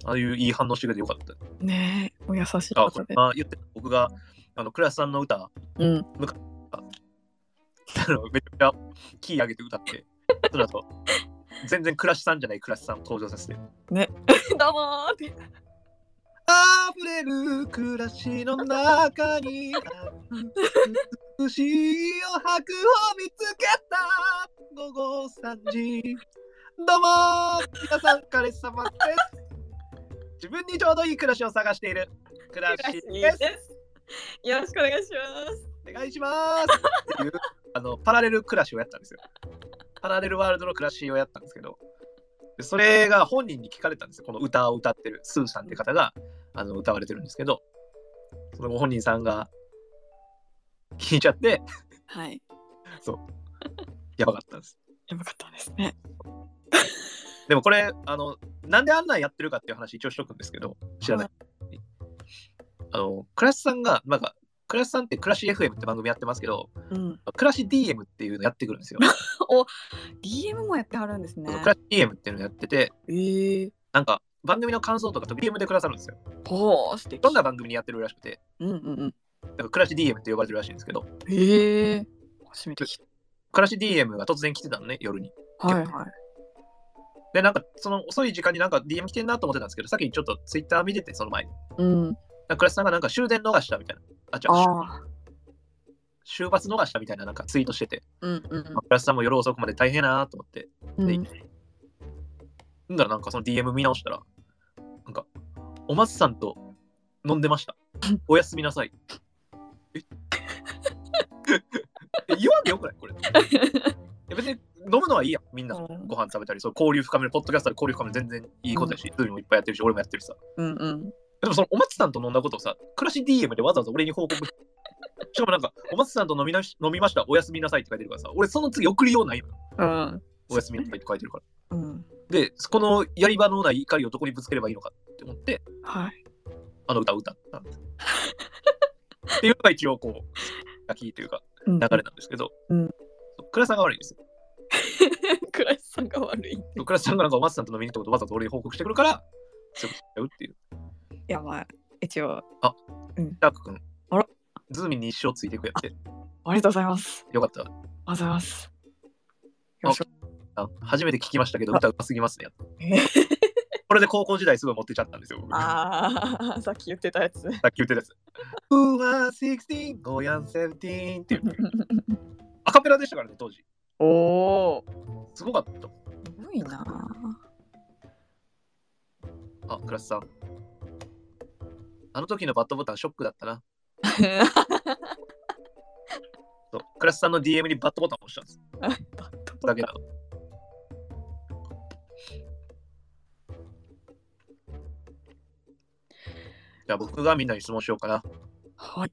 ああいういい反応してくれてよかった。ねえ、お優しいあ、方これで。まあ、言って僕が、あの、クラスさんの歌、 うん。あのめちゃくちゃキー上げて歌って、その後、全然クラシさんじゃないクラシさんを登場させて。どうもーって。あふれる暮らしの中に美しいお白を見つけた午後3時どうも皆さんお疲れ様です自分にちょうどいい暮らしを探している暮らしですす。よろしくお願いします。お願いしますっていうあのパラレル暮らしをやったんですよパラレルワールドの暮らしをやったんですけどでそれが本人に聞かれたんですよこの歌を歌ってるスーさんって方があの歌われてるんですけどそのご本人さんが聞いちゃってはい。やばかったんですやばかったですね。でもこれあのなんであんなんやってるかっていう話一応しとくんですけど知らない、あのクラスさんがなんかクラスさんってクラシ FM って番組やってますけどうん。クラシ DM っていうのやってくるんですよ DM もやってはるんですね。クラシ DM っていうのやっててええなんか番組の感想とかと DM でくださるんですよ。ほう、素敵どんな番組にやってるらしくて、うんうんうん。なんかクラシ DM って呼ばれてるらしいんですけど、ええ初めて聞いクラシ DM が突然来てたのね、夜に。た。はいはい。で、なんかその遅い時間になんか DM 来てんなと思ってたんですけど、さっきちょっと Twitter 見てて、その前に。うん。なんかクラシさんがなんか終電逃したみたいな。あ、じゃああ、あ。終罰逃したみたいななんかツイートしてて、うんうんまあクラシさんも夜遅くまで大変やなと思って、うでん。んだらなんかその DM 見直したら、なんか、お松さんと飲んでました。おやすみなさい。え え言わんでよくないこれ。いや別に飲むのはいいやんみんなうんご飯食べたり、そう交流深める、ポッドキャストで交流深める全然いいことやし、ズームもいっぱいやってるし、俺もやってるしさ。うんうん。でもそのお松さんと飲んだことをさ、暮らし DM でわざわざ俺に報告して。 しかもなんか、お松さんと飲みなし飲みました、おやすみなさいって書いてるからさ、俺その次送りようないのようん。おやすみなさいって書いてるから。うん。で、このやり場のない怒りをどこにぶつければいいのかって思って、はい。あの歌を歌ったんです。っていうのが一応こう、ラッキーというか流流れなんですけど、うん倉さんが悪いんですよ。クラスさんが悪い。倉さんがなんかお松さんと飲みに行ったことをわざと俺に報告してくるから、そういうことしちゃうっていう。やばい。一応。ダーク君、あらズーミンに一生ついてくやって。ありがとうございます。よかった。ありがとうございます。あ初めて聞きましたけど、あ歌うますぎますね。えこれで高校時代すごい持ってちゃったんですよ、僕。さああ、 さっき言ってたやつ。っき言ってたやつ。Who are 16? Go y o n 17? って いう。アカペラでしたからね、当時。おお。すごかった。すごいな。あ、クラスさん。あの時のバットボタンショックだったな。そうクラスさんの DM にバットボタンを押したんです。だけど。じゃあ僕がみんなに質問しようかな。はい。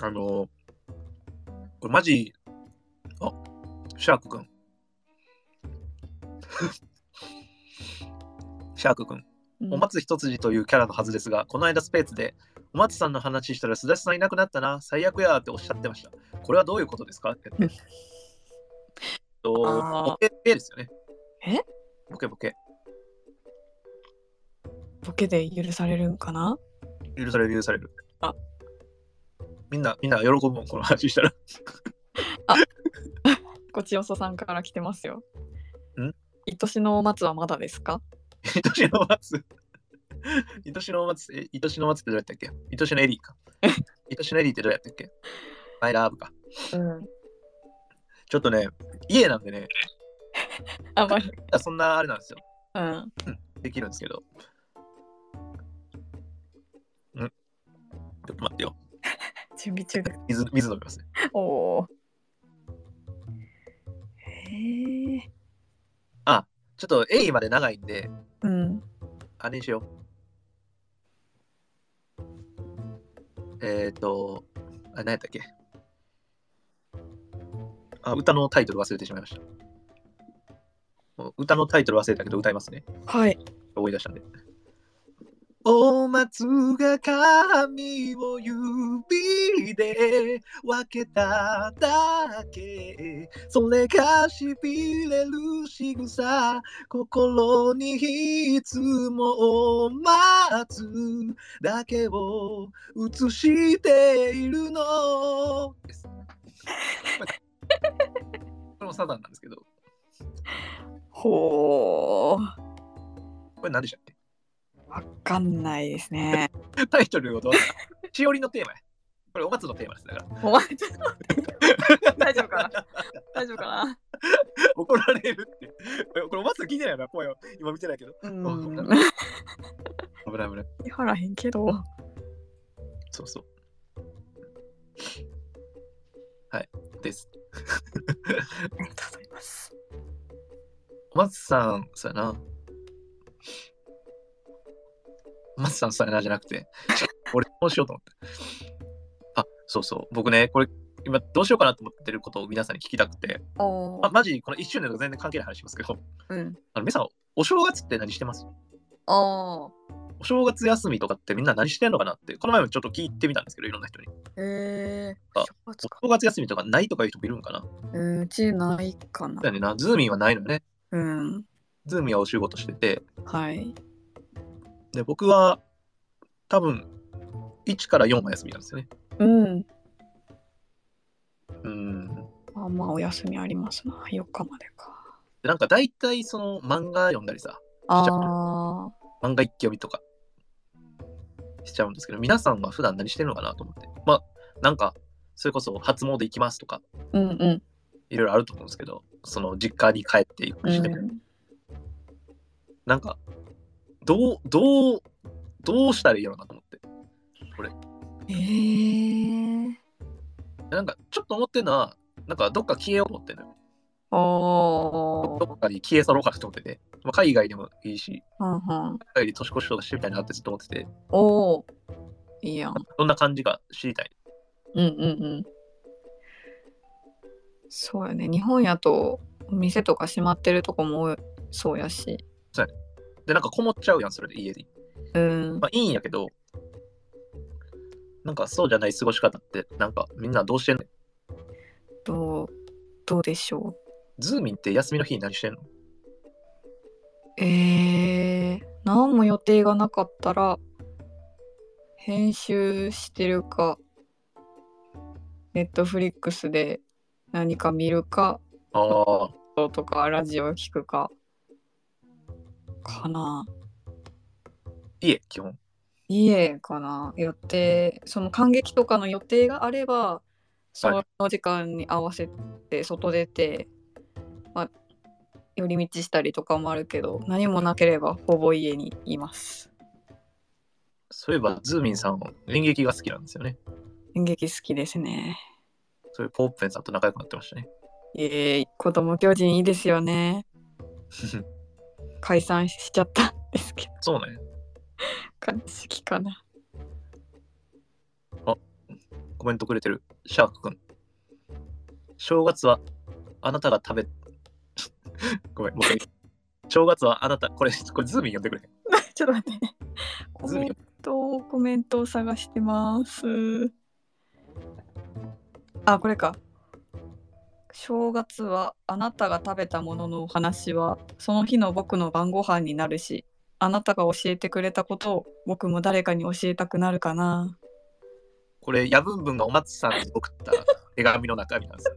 あのーこれマジ、あ、シャークくん。 シャークくん、お松一筋というキャラのはずですが、この間スペースで、お松さんの話したら、すだちさんいなくなったな、最悪やーっておっしゃってました。これはどういうことですかって。えっと、 あーボケボケですよね。えボケボケ。ボケで許されるんかな許される許される。あみんな、みんな喜ぶもん、この話したら。ごちよそさんから来てますよ。ん愛しの松はまだですか愛しの松。愛しの松、え、愛しの松ってどうやったっけ愛しのエリーか。愛しのエリーってどうやったっけマイラーブか。うん。ちょっとね、家なんでね、あまり。そんなあれなんですよ。うん。できるんですけど。んちょっと待ってよ。準備中で。水、水飲みますね。おお。へえ。ちょっとエリーまで長いんで、うん。あれにしよう。えっ、ー、と、あれ何やったっけあ、歌のタイトル忘れてしまいました。もう歌のタイトル忘れたけど歌いますね。はい。思い出したんで。お松が髪を指で分けただけそれがしびれる仕草心にいつもお松だけを映しているのです。これもサザンなんですけど、ほう。これ何でしたっけわかんないですね。 タイトルをどうだしおりのテーマや。これお松のテーマです。だから。お前ちょっと待って大丈夫かな大丈夫かな怒られるって。これお松聞いてないな、声を。今見てないけど。ううんん。危ない危ない。言いはらへんけど。そうそう。はい。です。ありがとうございます。お松さん、そうやな。お松さん、そうやな、じゃなくて。 俺、こうしようと思って。あ、そうそう。僕ね、これ、今、どうしようかなと思ってることを皆さんに聞きたくて。おま、マジ、この一周年とか全然関係ない話しますけど、うん。あの皆さん、お正月って何してますあお正月休みとかってみんな何してんのかなって、この前もちょっと聞いてみたんですけど、いろんな人に。あ。へえ。あ正月かお正月休みとかないとかいう人もいるんかなうんうちないかなだ。よねな、ズーミンはないのよね。うん。ズーミンはお仕事してて、はい。で、僕は多分1から4は休みなんですよね。うん。うん。まあまあお休みありますな。4日までか。で、なんか大体その漫画読んだりさ、あじゃあ。漫画一気読みとかしちゃうんですけど、皆さんは普段何してるのかなと思って。まあ、なんか、それこそ初詣行きますとか、うんうん。いろいろあると思うんですけど、その実家に帰っていくうして、ん、なんか、どう、どう、どうしたらいいのかなと思って。えー。なんか、ちょっと思ってるのは、なんか、どっか消えようと思ってるのよ。おどー。っかに消え去ろうかなと思ってて、まあ、海外でもいいし、うんうん、海外で年越しとかしてみたいなってずっと思ってて、おー。いいやん。どんな感じか知りたい。うんうんうん。そうやね。日本やとお店とか閉まってるとこも多いそうやし。で、なんかこもっちゃうやん、それで家に。うん。まあ、いいんやけど、なんかそうじゃない過ごし方って、なんかみんなどうしてんのどう、どうでしょズーミンって休みの日に何してんのう。えー。何も予定がなかったら、編集してるかネットフリックスで何か見るかああ。とかラジオ聞くかかないえ、基本。家かな予定その感激とかの予定があればその時間に合わせて外出て、まあ、寄り道したりとかもあるけど何もなければほぼ家にいますそういえば、ズーミンさん、演劇が好きなんですよね。演劇好きですねそういうポープペンさんと仲良くなってましたね。えー、子供巨人いいですよね解散しちゃったんですけどそうね。悲しきかなコメントくれてる。シャークくん。正月は、あなたが食べ、 ごめん、もう一 回正月はあなた、これ、これズーミン呼んでくれ。ちょっと待ってね。コズミメントを、コメントを探してます。あ、これか。正月はあなたが食べたもののお話はその日の僕の晩ご飯になるしあなたが教えてくれたことを僕も誰かに教えたくなるかなこれ、ヤブンブンがお松さんに送った手紙の中身なんですよ。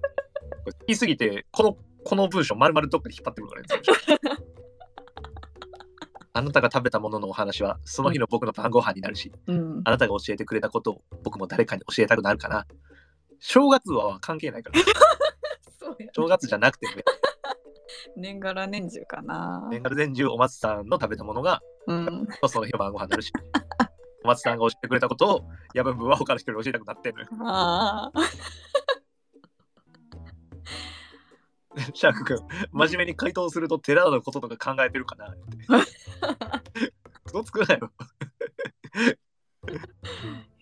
これ、聞きすぎて、この、この文章、まるまるどっかで引っ張ってくるからね全部。あなたが食べたもののお話は、その日の僕の晩ご飯になるし、うんあなたが教えてくれたことを僕も誰かに教えたくなるかな。正月は関係ないから、そうや正月じゃなくても、年がら年中かな年がら年中お松さんの食べたものが、うんその日の晩ご飯になるし、お松さんが教えてくれたことを、ヤブンブンは他の人に教えたくなってるの よ。ああシャーク君、真面目に回答すると寺のこととか考えてるかなって。嘘つくなよ。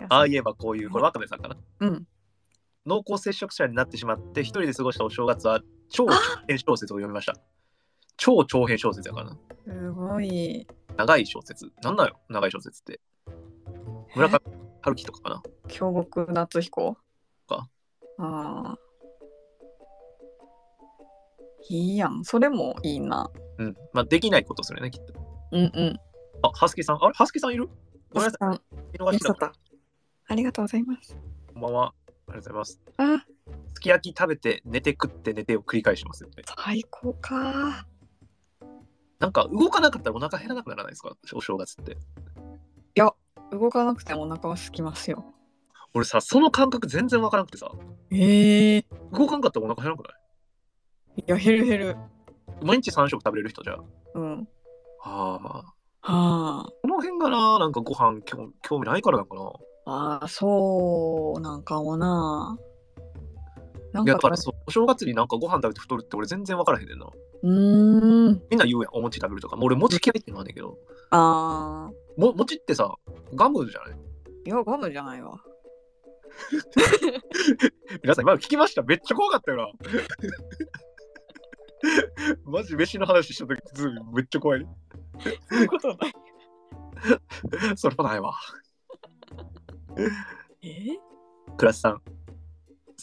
ああ言えばこういう、これ渡部さんかな。うん濃厚接触者になってしまって、一人で過ごしたお正月は超長編小説を読みました。超長編小説やからな。すごい長い小説。なんなのよ、長い小説って。村上春樹とかかな。京極夏彦かああいいやんそれもいいなうん。まあ、できないことするよね、きっと。うんうんあ、ハスキさん、あれハスキさんいるごめんなささんい、見逃してた。ありがとうございますこんばんは。ありがとうございます。あすき焼き食べて、寝て食って寝てを繰り返しますよね。最高かなんか動かなかったらお腹減らなくならないですかお正月って。動かなくてもお腹は空きますよ俺さ、その感覚全然わからなくてさ、ええい動かんかったらお腹減らなくないや減る減る毎日3食食べれる人じゃん。うんああ。はこの辺がな、なんかご飯興興味ないからなのかな。あああそうなんかもななんいや、かだからそう、お正月になんかご飯食べて太るって俺全然わからへんねんな。うーんみんな言うやん、お餅食べるとか。もう俺餅嫌いってのはねんけど、ああも餅ってさ、ガムじゃないいやガムじゃないわ皆さん今の聞きましためっちゃ怖かったよな。 マジ飯の話した時ズームめっちゃ怖い。そういうことないそれもないわ。えークラスさん。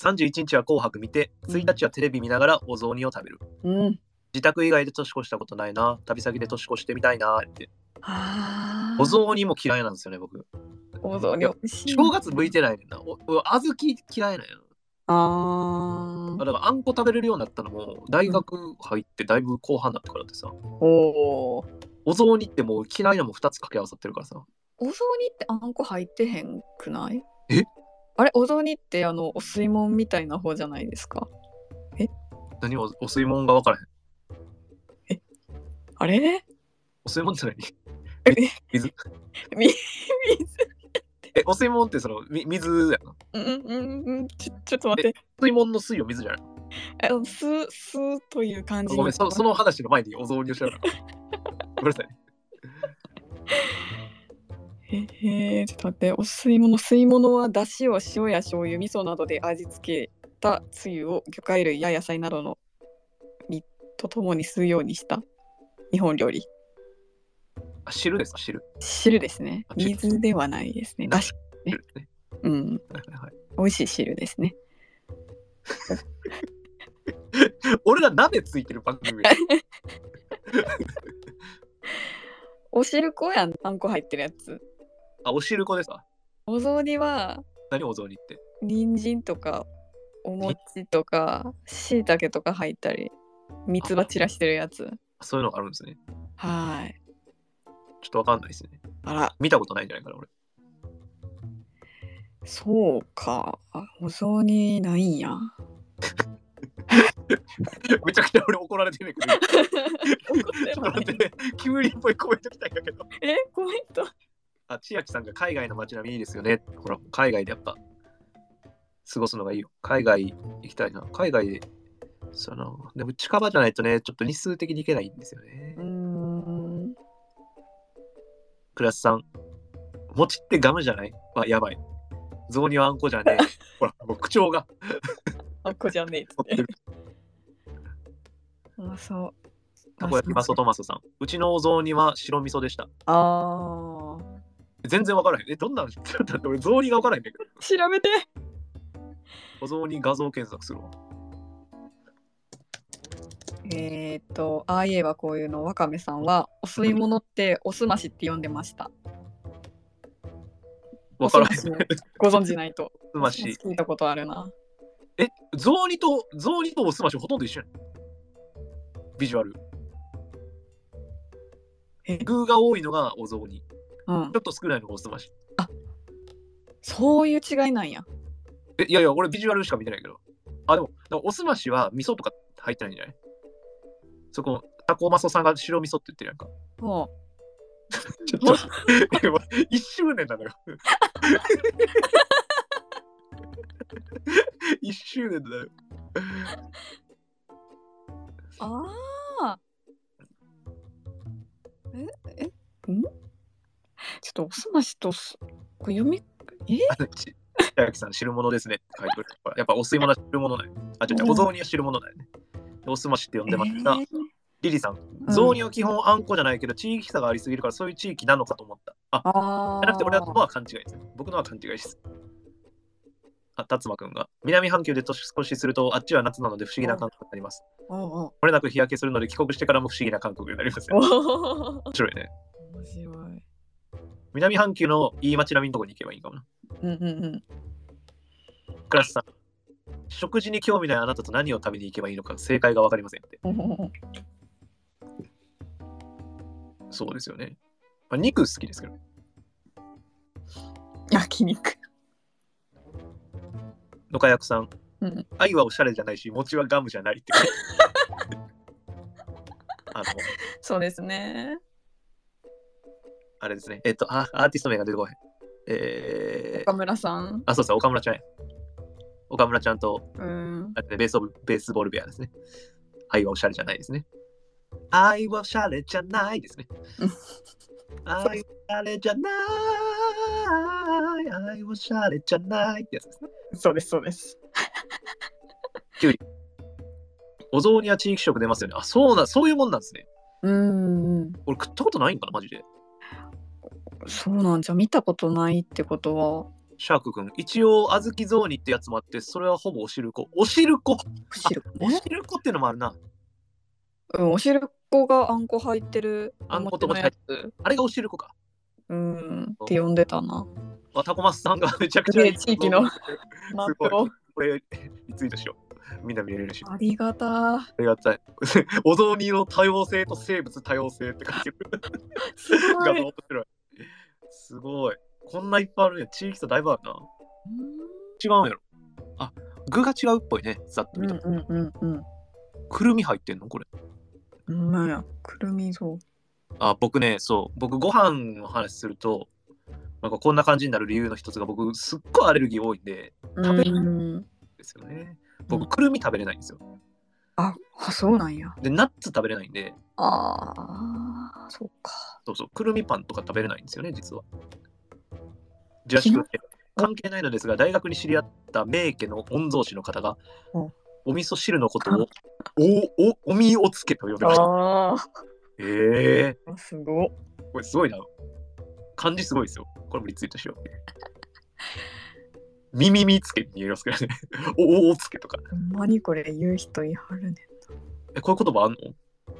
31日は紅白見て、1日はテレビ見ながらお雑煮を食べる。うん自宅以外で年越したことないな。旅先で年越してみたいなって。ああお雑煮も嫌いなんですよね、僕。お雑煮美味しいな。正月向いてないねんな。おお小豆嫌いなんやあな。だからあんこ食べれるようになったのも、大学入ってだいぶ後半だったからってさ。あ。おお。お雑煮ってもう嫌いなもん2つ掛け合わさってるからさ。お雑煮ってあんこ入ってへんくないえあれお雑煮ってあのお吸い物みたいな方じゃないですか。何おお吸い物が分からへん。あれお吸い物って何え水みえ、お吸い物ってその、み水やな。うんうんうんちょちょっと待って。お吸い物の水を水じゃない。あのすすという感じ。ごめん、そその話の前にお雑煮をしなかった。ごめんなさい。ええちょっと待ってお吸い物吸い物はだしを塩や醤油味噌などで味付けたつゆを魚介類や野菜などのみとともに吸うようにした日本料理。あ汁ですか、汁。汁ですねあ。汁水ではないですね。なだし、ね汁ですねうん、はいはいはい美味しい汁ですね。俺ら鍋ついてる番組や。お汁粉やん、あんこ入ってるやつ。あ、お汁粉ですかお雑煮は何お雑煮って。人参とかお餅とかしいたけとか入ったり三つ葉散らしてるやつそういうのがあるんですね。はいちょっとわかんないですね。あら見たことないんじゃないかな、俺。そうかお雑煮ないんや めちゃくちゃ俺怒られてるけど。ちょっと待って、 キムリっぽいコメント来たんだけど。 えコメントあ、千秋さんが海外の街並みいいですよね。ほら、海外でやっぱ、過ごすのがいいよ。海外行きたいな。海外で、その、でも近場じゃないとね、ちょっと日数的に行けないんですよねうー。んクラスさん、餅ってガムじゃないあ、やばい。雑煮はあんこじゃねえ。ほら、もう口調が。あっこじゃ ねえっつってまあそうたこ焼きマソトマソさん。うちのお雑煮は白味噌でした。あー全然わからへん。え、どんなん ちょっと待って、俺雑煮がわからへんねんけど。調べてお雑煮画像検索するわ。えーっとああいえばこういうのわかめさんはお吸い物っておすましって呼んでましたわからへん。おすましをご存じ ないとすまし。聞いたことあるなえ、雑煮と、雑煮とおすましほとんど一緒やん。ビジュアル。え具が多いのがお雑煮。ちうんょっと少ないのがおすまし。そういう違いなんやえ、いやいや、俺ビジュアルしか見てないけど。あ、でも、だからおすましは味噌とか入ってないんじゃないそこ、タコマソさんが白味噌って言ってるやんか。もうちょっと、えもう 一周年なのよ。一周年だよ。ああ。え、え、んちょっとおすましとす、これ読み、えあのち千秋さん、汁物ですねって書いてくれた。やっぱお吸い物は汁物ない。あ、違う違う、お雑煮は汁物ないね。おすましって呼んでました。えーリリさん、雑煮は基本あんこじゃないけど、地域差がありすぎるから、そういう地域なのかと思った。あ、あじゃなくて俺のあ。は勘違いですね。僕のは勘違いです。あ、達馬くんが。南半球で年少しすると、あっちは夏なので不思議な感覚になります。おうこれなく日焼けするので、帰国してからも不思議な感覚になりますおよ。う。面白いね。面白い。南半球のいい街並みのとこに行けばいいかもな。うんうんうん。クラスさん。食事に興味ないあなたと何を食べに行けばいいのか正解が分かりませんって。そうですよね。まあ、肉好きですけど。焼肉。野家役さん。うん愛はおしゃれじゃないし、餅はガムじゃないって。あの、そうですね。あれですね。えっと、あアーティスト名が出てこない。えー岡、村さん。あ、そうそう、岡村ちゃんや。岡村ちゃんと、うん。あれねベースオブベースボールベアですね。愛はおしゃれじゃないですね。愛はおしゃれじゃないですねうん。愛はおしゃれじゃない。愛はおしゃれじゃないってやつですね。そうですそうです。お雑煮は地域食出ますよね。あ、そうな、そういうもんなんですね。うんうん。俺食ったことないんかな、マジで。そうなんじゃ見たことないってことは。シャーク君、一応、小豆雑煮ってやつもあって、それはほぼお汁粉。お汁粉おしるおこね。汁粉っていうのもあるな。うん、おしるこがあんこ入ってる。あんこともの入やっつてあれがお汁粉か。うん。って呼んでたな。あ、タコマスさんがめちゃくちゃいい。すげえ地域のすごい。これ、リツイートしよう。みんな見れるし。ありがたい。ありがたい。 お雑煮の多様性と生物多様性って書いてる。す画ご像い。面白い。すごい。こんないっぱいあるね。地域差だいぶあるな。違うんやろ。あ、具が違うっぽいね。ざっうと見んたうら。んうんうん。くるみ入ってんのこれ。うんまや。くるみぞあ、僕ね、そう。僕、ご飯の話すると、なんかこんな感じになる理由の一つが、僕、すっごいアレルギー多いんで、う。食べるうんですよね。う僕、んくるみ食べれないんですよ。あ、あそうなんや。で、ナッツ食べれないんで、ああ、そうか。そうそう、くるみパンとか食べれないんですよね、実は。ジュラシック関係ないのですが、大学に知り合った名家の御曹司の方がうん、お味噌汁のことを、お、お、おみをつけと呼びました。あええあ、すごい。これすごいな。漢字すごいですよ。これもリツイートしよう。みみみつけに見えますけどね。 お、お、おつけとか。ほんまにこれ言う人いはるね。え、こういう言葉あんの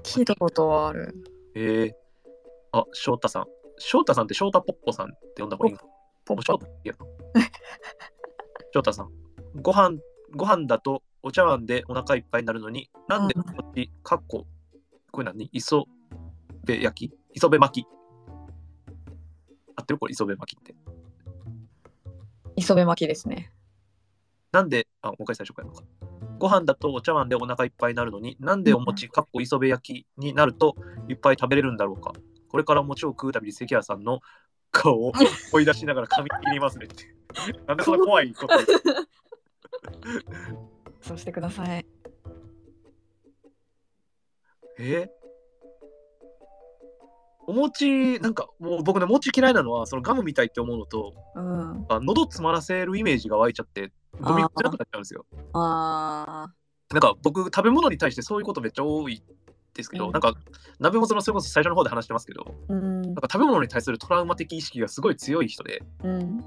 聞いたことはある。ええあ、翔太さん。翔太さんって翔太ポッポさんって呼んだ方がいいのポもッう翔ポ太いや翔太さん、ご飯ご飯だとお茶碗でお腹いっぱいになるのに、なんでうこっち、かっこ、これ何磯辺焼き磯辺巻き。合ってるこれ磯辺巻きって。磯辺巻きですねなんで、あ、もう一回最初からやろうか。ご飯だとお茶碗でお腹いっぱいになるのに、なんでお餅、かっこ磯辺焼きになるといっぱい食べれるんだろうか。これからお餅を食うたびに関谷さんの顔を追い出しながら噛み切りますねって。なんでそんな怖いこと言うそうしてくださいえーお餅なんかもう僕ね餅嫌いなのはそのガムみたいって思うのとうんあ喉詰まらせるイメージが湧いちゃってゴミあー捨てなくなっちゃうんですよあーなんか僕食べ物に対してそういうことめっちゃ多いですけど、うんなんか鍋もそのそれこそ最初の方で話してますけどうんなんか食べ物に対するトラウマ的意識がすごい強い人でうん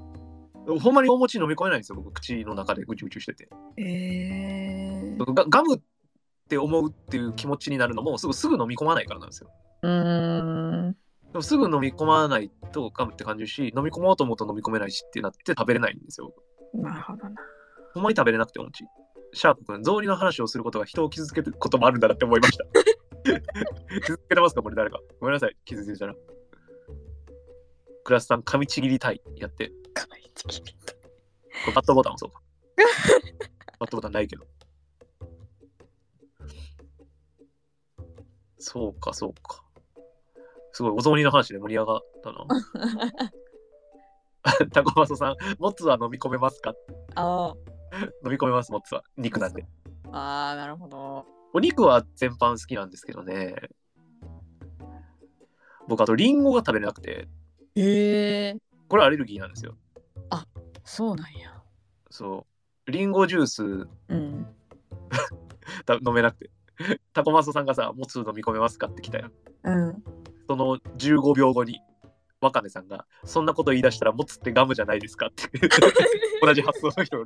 ほんまにお餅飲み込めないんですよ僕口の中でぐちゅぐちゅしててえーガガムって思うっていう気持ちになるのもすぐすぐ飲み込まないからなんですようんでもすぐ飲み込まないとガムって感じるし飲み込もうと思うと飲み込めないしってなって食べれないんですよ。僕なるほどなほんまに食べれなくてお餅。シャープ君、草履の話をすることが人を傷つけることもあるんだなって思いました。傷つけてますかこれ誰か。ごめんなさい、傷ついたら。クラスさん、噛みちぎりたい。やって。かわいちきりとこれバットボタンもそうか。バットボタンないけど。そうか、そうか。すごい、お雑煮の話で盛り上がったな。 タコマソさん、モツは飲み込めますかあー飲み込めます、モツは。肉なんで。あーなるほどお肉は全般好きなんですけどね。僕、あと、リンゴが食べれなくて、へえこれアレルギーなんですよ。そうなんやそう。リンゴジュースうんた飲めなくて。タコマソさんがさ、モツ飲み込めますかって来たよ。うんその15秒後に、ワカメさんが、そんなこと言い出したら、モツってガムじゃないですかって 同じ発想の人が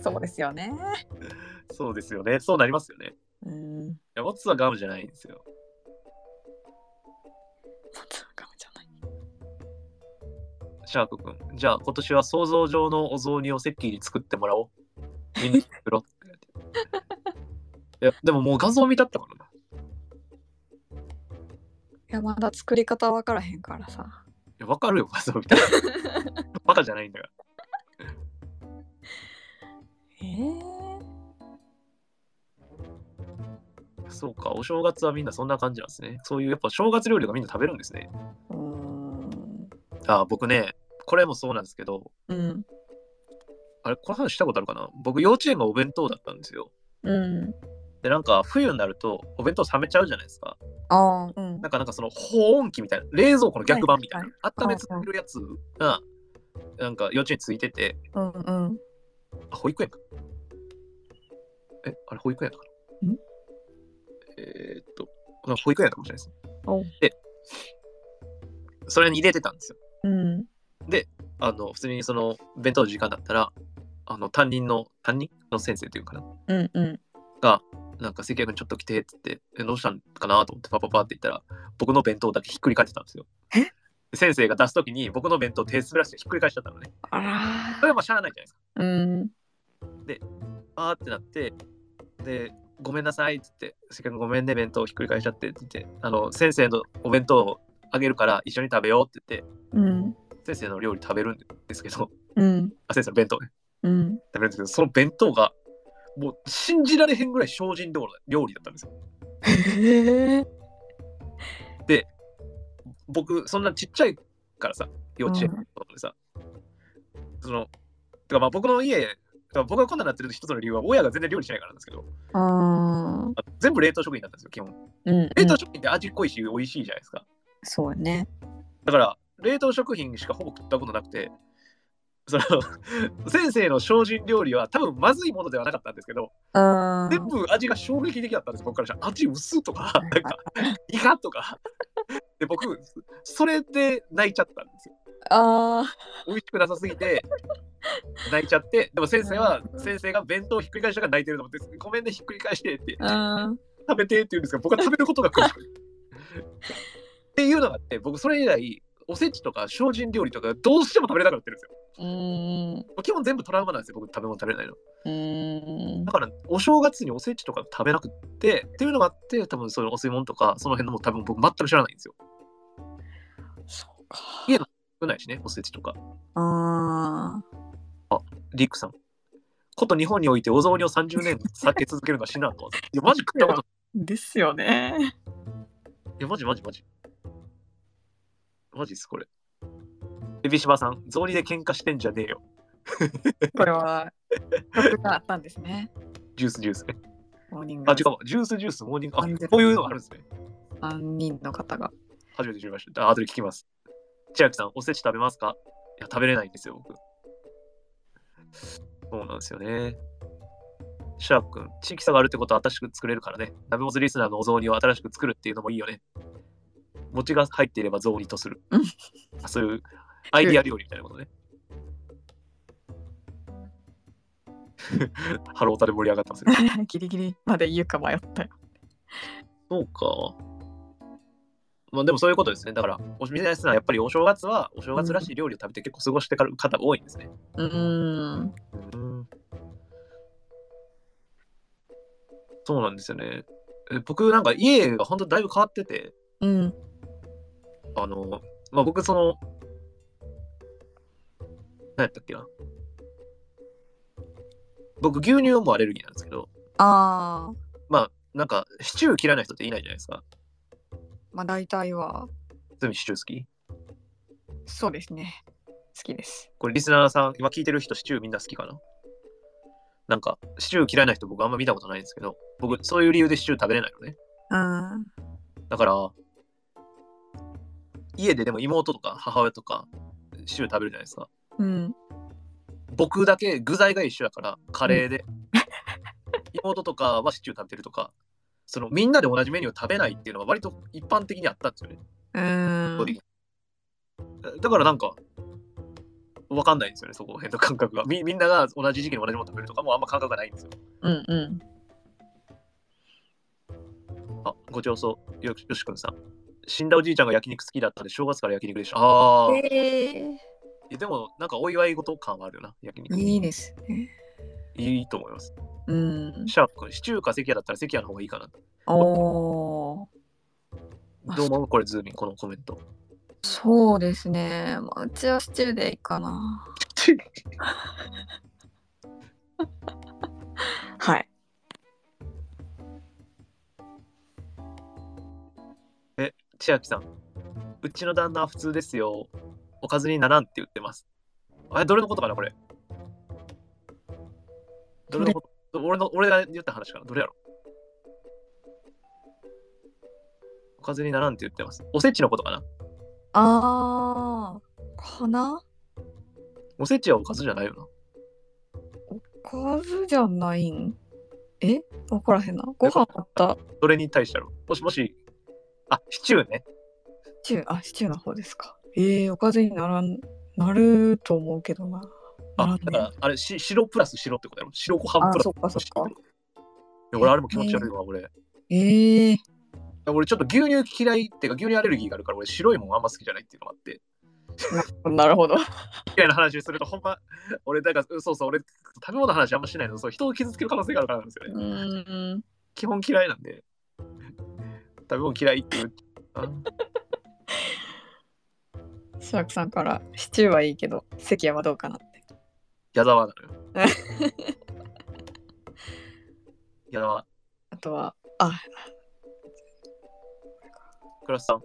そうですよねそうですよね。そうなりますよね。いうんや、モツはガムじゃないんですよ。そんなかもじゃないシャーク君。じゃあ、今年は想像上のお雑煮をセッキーに作ってもらおう。みんなで作ろう。いや、でももう画像見たったからな。いいやまだ作り方わからへんからさや、わかるよ、画像見たら。バカじゃないんだから。えー、そうか、お正月はみんなそんな感じなんですね。そういう、やっぱ正月料理がみんな食べるんですね。うーんあ、僕ね、これもそうなんですけど、うんあれ、この話したことあるかな僕、幼稚園がお弁当だったんですよ。うんで、なんか、冬になると、お弁当冷めちゃうじゃないですか。ああうんなんか、なんかその、保温器みたいな、冷蔵庫の逆版みたいはな、温めつけるやつが、なんか、幼稚園ついてて、うんうんあ、保育園か。え、あれ、保育園だから。んえーっと、まあ保育園だったかもしれないおです。で、それに入れてたんですよ。うんあの、普通にその、弁当の時間だったら、あの、担任の、担任の先生というかな。うんうんが、なんか、関谷君ちょっと来てって言って、えどうしたんかなと思って、パパパって言ったら、僕の弁当だけひっくり返ってたんですよ。えで先生が出すときに、僕の弁当手滑らしてひっくり返しちゃったのね。あらそれはまあ、しゃあないじゃないですか。ーうんあーってなって、で、ごめんなさいって言って、関谷君ごめんね、弁当ひっくり返しちゃってって言って、あの、先生のお弁当をあげるから一緒に食べようって言って、うん先生の料理食べるんですけど、うんあ、先生の弁当ね、うん食べるんですけど、その弁当が、もう信じられへんぐらい精進料理だったんですよへえ僕そんなちっちゃいからさ幼稚園の頃でさ、そのてかまあ僕の家てか僕がこんなになってる一つの理由は親が全然料理しないからなんですけどああ全部冷凍食品だったんですよ基本ーうんう冷ん凍食品って味濃いし美味しいじゃないですかそうねだから冷凍食品しかほぼ食ったことなくてその 先生の精進料理は多分まずいものではなかったんですけどうん全部味が衝撃的だったんです僕からしたら味薄とか なんかイカとかで僕それで泣いちゃったんですよあ美味しくなさすぎて泣いちゃってでも先生は先生が弁当をひっくり返したから泣いてると思って「ごめんねひっくり返して」ってあうん「食べて」って言うんですが僕は食べることが苦しくてっていうのがあって僕それ以来おせちとか精進料理とかどうしても食べれなくなってるんですよ。うーん。基本全部トラウマなんですよ、僕食べ物食べれないの。うーんだ。から、お正月におせちとか食べなくって、っていうのがあって、多分そのお吸い物とか、その辺のもう多分僕全く知らないんですよ。そうか。少ないしね、おせちとか。あーリックさん。こと日本においてお雑煮を30年避け続けるのは至難とは。いや、マジ食ったことですよね。いや、マジマジマジ。マジっす、これ。エビシバさん、雑煮で喧嘩してんじゃねえよ。これは曲があったんですね。ジュースジュースね。モーニングあ、違うわ、ジュースジュース、モーニング。あ、完全にこういうのがあるんですね。 3人の方が。 初めて知りました。あ後で聞きます。千秋さん、おせち食べますかいや、食べれないんですよ、僕。そうなんですよね。シャーク君、地域差があるってことは新しく作れるからね。ナベモズリスナーのお雑煮を新しく作るっていうのもいいよね。餅が入っていれば雑煮とするうん。あそういうアイディア料理みたいなことね。 ハロータで盛り上がってますね。ギリギリまで言うか迷ったよ。そうか。まあでもそういうことですね。だから、お店のやつはやっぱりお正月はお正月らしい料理を食べて結構過ごしてから方多いんですね。うーん。うん。そうなんですよね。え僕なんか家が本当だいぶ変わってて、うん。あの、まあ僕その、何やったっけな。僕牛乳もアレルギーなんですけど、ああ。まあなんかシチュー嫌いな人っていないじゃないですか。まあ大体は全部シチュー好きそうですね。好きです。これリスナーさん、今聞いてる人、シチューみんな好きかななんか、シチュー嫌いな人僕あんま見たことないんですけど、僕、そういう理由でシチュー食べれないのね。うん。だから、家ででも妹とか母親とか、シチュー食べるじゃないですか。うん。僕だけ具材が一緒やから、カレーで。妹とかはシチュー食べてるとか、そのみんなで同じメニューを食べないっていうのは割と一般的にあったんですよね。うん。だからなんか、わかんないんですよね、そこら辺の感覚が。みみんなが同じ時期に同じもの食べるとかもあんま感覚がないんですよ。うんうん。あ、ごちそうよ、よしくんさん。死んだおじいちゃんが焼肉好きだったんで、正月から焼肉でした。ああ、いえやでも、なんかお祝い事感はあるよな、焼肉。いいいですね。いと思います。うん。シャープ君、シチューか関谷だったら関谷の方がいいかおーな。どう思うこれ、ズーミン、このコメント。そうですね。まあ、うちはシチューでいいかな。 はい。千秋さん、うちの旦那は普通ですよ。おかずにならんって言ってます。あれ、どれのことかな、これ。どれのこと俺の俺が言った話かな、どれやろ。おかずにならんって言ってます。おせちのことかな。あー、かなおせちはおかずじゃないよな。数じゃないんえわからへんな。ご飯あったそれに対してやろ。もしもし、あ、シチューね。シチュー、あ、シチューの方ですか。ええおかずにならん、なると思うけどな。あ、なだんでから、あれ、し白プラス白ってことやろ。白ご飯あプラスそっかそっかいや俺、あれも気持ち悪いわ、俺。いええ や俺、ちょっと牛乳嫌いっていうか、牛乳アレルギーがあるから、俺、白いもんあんま好きじゃないっていうのもあって。なるほど。嫌いな話をすると、ほんま、俺、だから、うんそうそう、俺、食べ物の話あんましないの、そう、人を傷つける可能性があるからなんですよね。うん。基本嫌いなんで。食べ物嫌いっていう。あシャークさんから、シチューはいいけど、関谷はどうかなって。矢沢なのよ。矢沢、あとは、あ、クラスさん。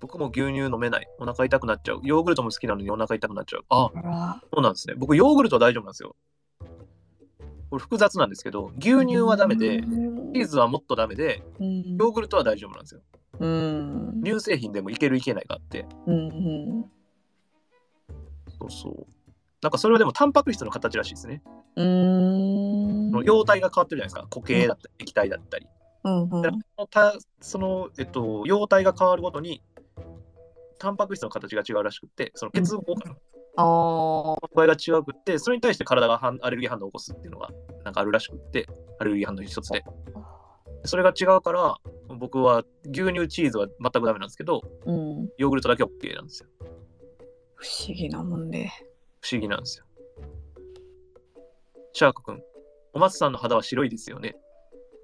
僕も牛乳飲めない。お腹痛くなっちゃう。ヨーグルトも好きなのにお腹痛くなっちゃう。あ、これは、そうなんですね。僕、ヨーグルトは大丈夫なんですよ。これ複雑なんですけど、牛乳はダメで、チーズはもっとダメで、うん。ヨーグルトは大丈夫なんですよ。うん。乳製品でもいけるいけないがあって。うん。そうそう。なんかそれはでもタンパク質の形らしいですね。うん。その様態が変わってるじゃないですか。固形だったり液体だったり。うんうんでそのたその、えっと、様態が変わるごとに、タンパク質の形が違うらしくって、その結合かなああ、場合が違くって、それに対して体が反アレルギー反応を起こすっていうのがなんかあるらしくって、アレルギー反応の一つで。それが違うから、僕は牛乳チーズは全くダメなんですけど、うん。ヨーグルトだけ OK なんですよ。不思議なもんで。不思議なんですよ。シャーク君、お松さんの肌は白いですよね。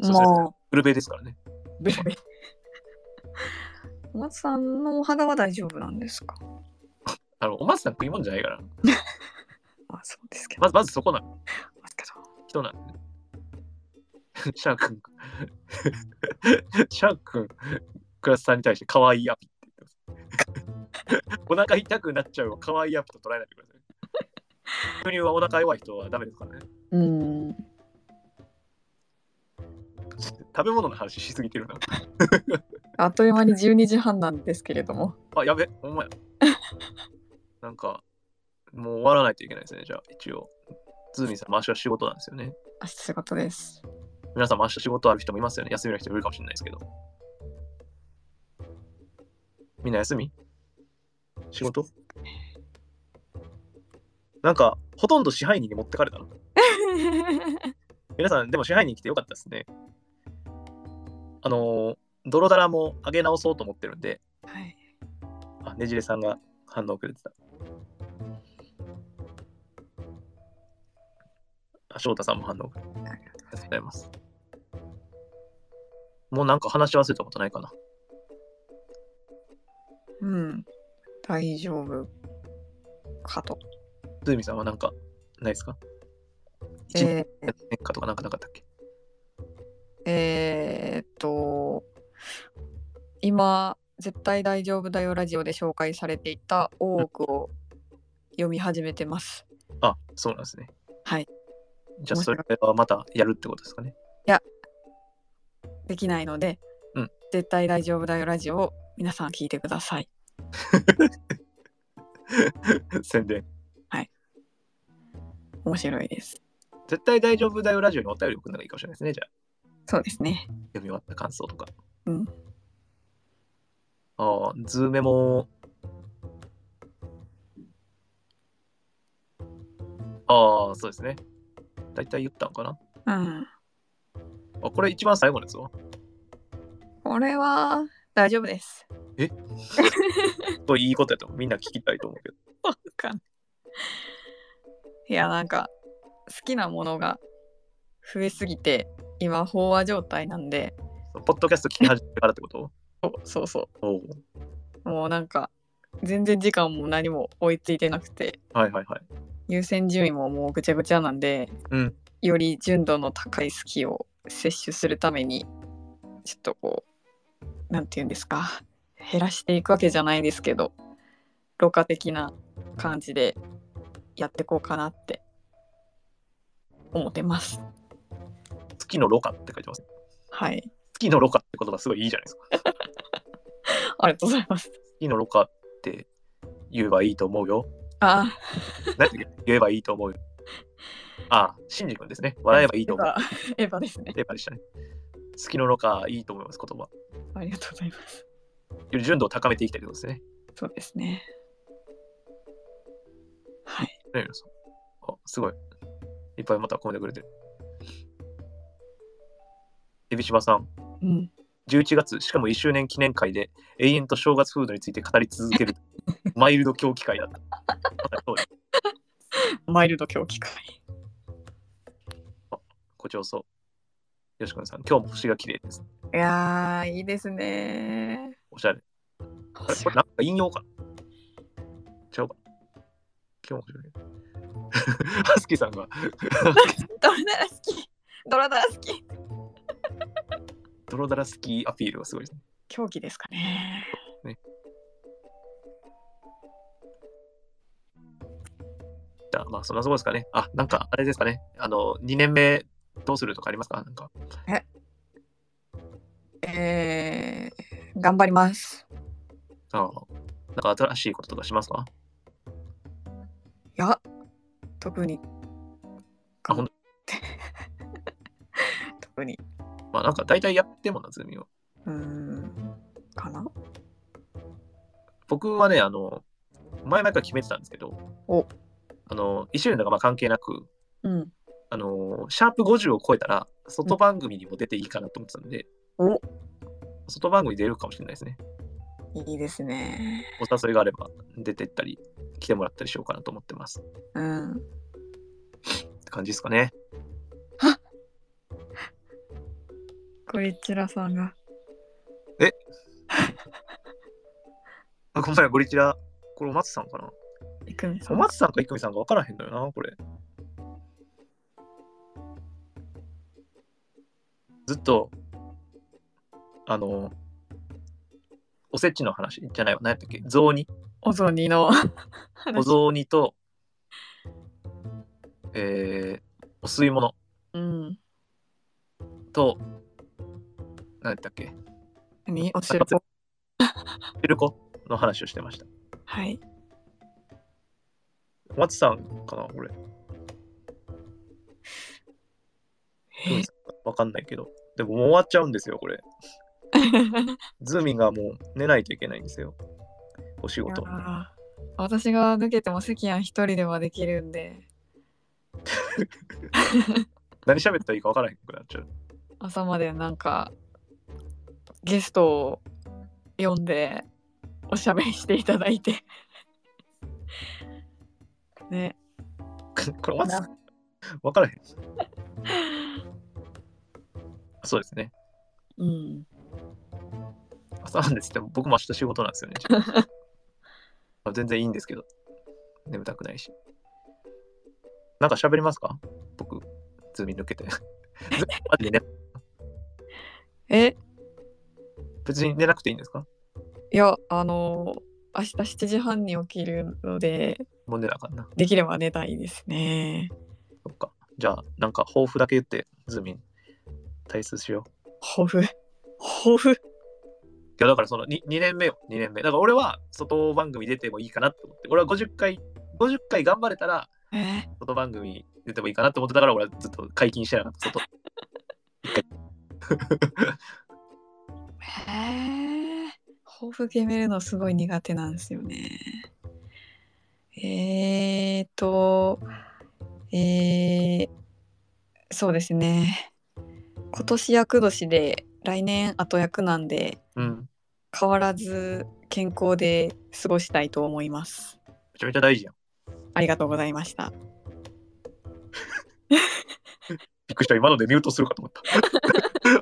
そうですねもブルベですからね。う、ベベ。お松さんのお肌は大丈夫なんですかあの、お松さん食い物じゃないから。まあそうですけど。まず、まずそこなの。ますけど人なの。 シャーク君、 シャーク君、クラスさんに対して可愛いアピって言ってます。 お腹痛くなっちゃうを可愛いアピと捉えないでください。牛乳はお腹弱い人はダメですからね。うん。食べ物の話しすぎてるな。あっという間に12時半なんですけれども。あ、やべ、ほんまや。なんか、もう終わらないといけないですね、じゃあ、一応。ズーミンさん、明日は仕事なんですよね。明日仕事 です。皆さん、明日仕事ある人もいますよね。休みの人もいるかもしれないですけど。みんな休み仕事なんか、ほとんど支配人に持ってかれたな。皆さん、でも支配人来てよかったですね。あのー、泥だらも上げ直そうと思ってるんで、はい。あ、ねじれさんが反応くれてた。あ、翔太さんも反応くれてありがとうございます。もうなんか話し合わせたことないかな。うん。大丈夫かと。ズミさんはなんかないですか一年えーかとかなんかなかったっけえーっと今「絶対大丈夫だよラジオ」で紹介されていた「大奥」を読み始めてます。あ、そうなんですね。はい。じゃあそれはまたやるってことですかね。 できないので「うん絶対大丈夫だよラジオ」を皆さん聞いてください。宣伝。面白いです。絶対大丈夫だよラジオにお便り送るのがいいかもしれないですね。じゃあそうですね。読み終わった感想とか。うん。ああ、ズーメも。ああ、そうですね。だいたい言ったんかな。うん、あ、これ一番最後のやつはこれは大丈夫です。といいことやと思うみんな聞きたいと思うけど。わかんない。いやなんか好きなものが増えすぎて今飽和状態なんでポッドキャスト聞き始めてからってことそうそうそうおうもうなんか全然時間も何も追いついてなくてはいはいはい。優先順位ももうぐちゃぐちゃなんで、うんより純度の高い好きを摂取するためにちょっとこうなんて言うんですか減らしていくわけじゃないですけどろ過的な感じでやってこうかなって思ってます。月のろ過って書いてます。はい、月のろ過って言葉すごいいいじゃないですか。ありがとうございます。月のろ過って言えばいいと思うよ。あ何て言えばいいと思うよ。ああ、シンジ君ですね。笑えばいいと思う。あ、エヴァエヴァですね。エヴァでしたね。月のろ過いいと思います、言葉。ありがとうございます。より純度を高めていきたいってことですね。そうですね。はい。ね皆さんあ、すごい。いっぱいまたコメントくれてる。エビシバさん、うん、 11月、しかも1周年記念会で永遠と正月フードについて語り続けるマイルド狂気会だった。まさにそうですマイルド狂気会。ご調査。よしくんさん、今日も星が綺麗です。いやー、いいですねおしゃれ。あ れこれなんか引用かなちゃうかな今日も星が綺麗。 ハスキーさんがドラダラ好き。ドラダラ好き。泥だら好きアピールがすごいですね。狂気ですかね。じゃあまあそんなとこですかね。あ、なんかあれですかね。あの、2年目どうするとかありますかなんか。えー、頑張ります。ああなんか新しいこととかしますかいや、特に。あほん 特に。まあなんか大体やってんもんな、ズーミンは。うーん。かな僕はね、あの、前々から決めてたんですけど、おあの、一周年とかまあ関係なく、うん。あの、シャープ50を超えたら、外番組にも出ていいかなと思ってたんで、お外番組出るかもしれないですね。いいですね。お誘いがあれば出てったり、来てもらったりしようかなと思ってます。っうん。て感じですかね。これちらさんが。あ、ごめん、ゴリチラ。これお松さんかなイクミさおん。松さんかいくみさんか分からへんのよな、これ。ずっと、あの、おせちの話じゃないわ、何やったっけ雑煮お雑煮のお 話。雑煮と、えー、お吸い物うん。と、何やったっけ何お汁 粉。ピルコの話をしてました。はい。お松さんかな、これ。え分かんないけど。でももう終わっちゃうんですよ、これ。ズーミンがもう寝ないといけないんですよ。お仕いや事。ー私が抜けても関谷一人ではできるんで 何喋ったらいいか分からへんくなっちゃう。 朝までなんかゲストを呼んでおしゃべりしていただいて ねこれ、まず、分からへん。そうですね。うん朝なんですって、僕も明日仕事なんですよね。ちょっとま あ全然いいんですけど、眠たくないし。なんか喋りますか僕、ズーミン抜けて。 ズーミンマジでね、え別に寝なくていいんですかいやあのー明日7時半に起きるのでもう寝なあかんな。できれば寝たいですねそっか。じゃあ、なんか抱負だけ言って、ズーミン、退出しよう。抱負抱負いやだからその 2, 2年目よ、2年目。だから俺は外番組出てもいいかなって思って、俺は50回、50回頑張れたらえー外番組出てもいいかなって思ってたから俺はずっと解禁してなかった、外。えー抱負決めるのすごい苦手なんですよね。えーと、えーそうですね。今年厄年で、来年後役なんで、うん。変わらず健康で過ごしたいと思います。めちゃめちゃ大事やん。ありがとうございました。びっくりした。今のでミュートするかと思った。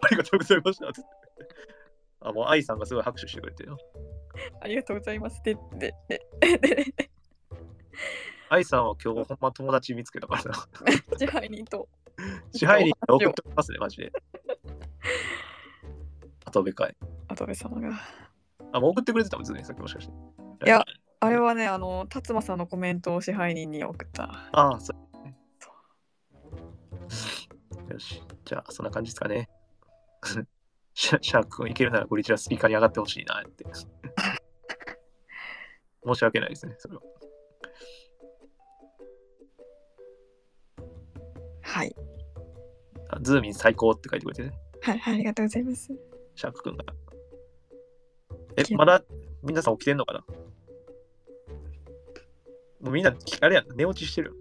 ありがとうございました。あ、もう愛さんがすごい拍手してくれてるよ。ありがとうございます。で、で、で、愛さんは今日ほんま友達見つけたからな。支配人と。支配人送っておきますね、マジで。後部会。跡部様が。あ、もう送ってくれてたもん、ずにさっきもしかして。いやあれはね、あの、辰馬さんのコメントを支配人に送った。ああ、そう、ね。よし、じゃあ、そんな感じですかね。 シャシャーク君、いけるならゴリチラスピーカーに上がってほしいなって。申し訳ないですね、それは。はい。あズーミン最高って書いてくれてね、はい、はいありがとうございます。シャーク君が。え、まだ皆さん起きてんのかなもうみんな、あれやん、寝落ちし てる。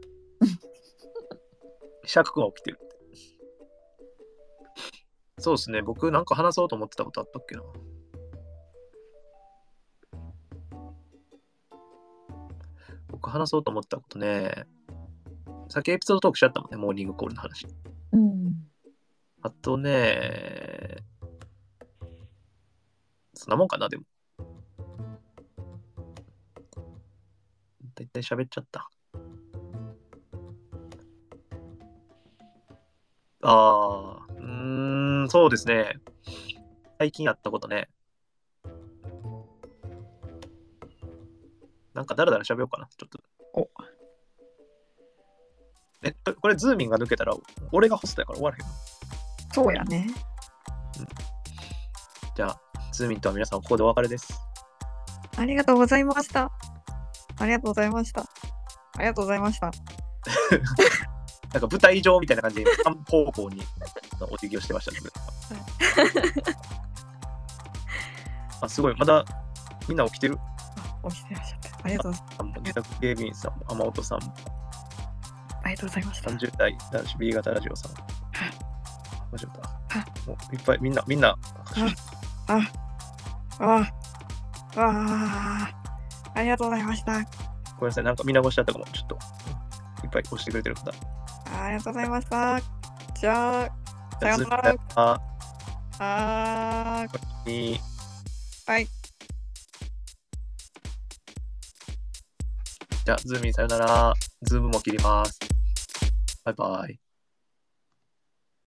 シャーク君は起きてる。そうですね、僕なんか話そうと思ってたことあったっけな。僕話そうと思ったことね、さっきエピソードトークしちゃったもんね、モーニングコールの話。うん。あとね、そんなもんかな、でも。だいたい喋っちゃった。あー、うーん、そうですね。最近やったことね。なんかだらだら喋ようかな、ちょっと。おえ、これこれズーミンが抜けたら、俺がホストやから終わらへん。そうやね。じゃあ、ズーミンとは皆さん、ここでお別れです。ありがとうございました。ありがとうございました。ありがとうございました。なんか舞台上みたいな 感じで、三方向にお辞儀をしてました、ね。あ、すごい、まだみんな起きてる。あ、起きてらっしゃった。ありがとうございまあもう自宅警備員さんも、天音さんも、した。ありがとうございました。 30代男子 B 型ラジオさんも。面白かった。もういっぱい、みんな、みんな、あ、あ、あ、ありがとうございました。ごめんなさい、なんか見直しちゃったかも。ちょっと、いっぱい押してくれてる方。ありがとうございました。じゃあ、さようなら。ら。あーにはい。じゃあ、ズーミンさよなら。ズームも切ります。バイバイ。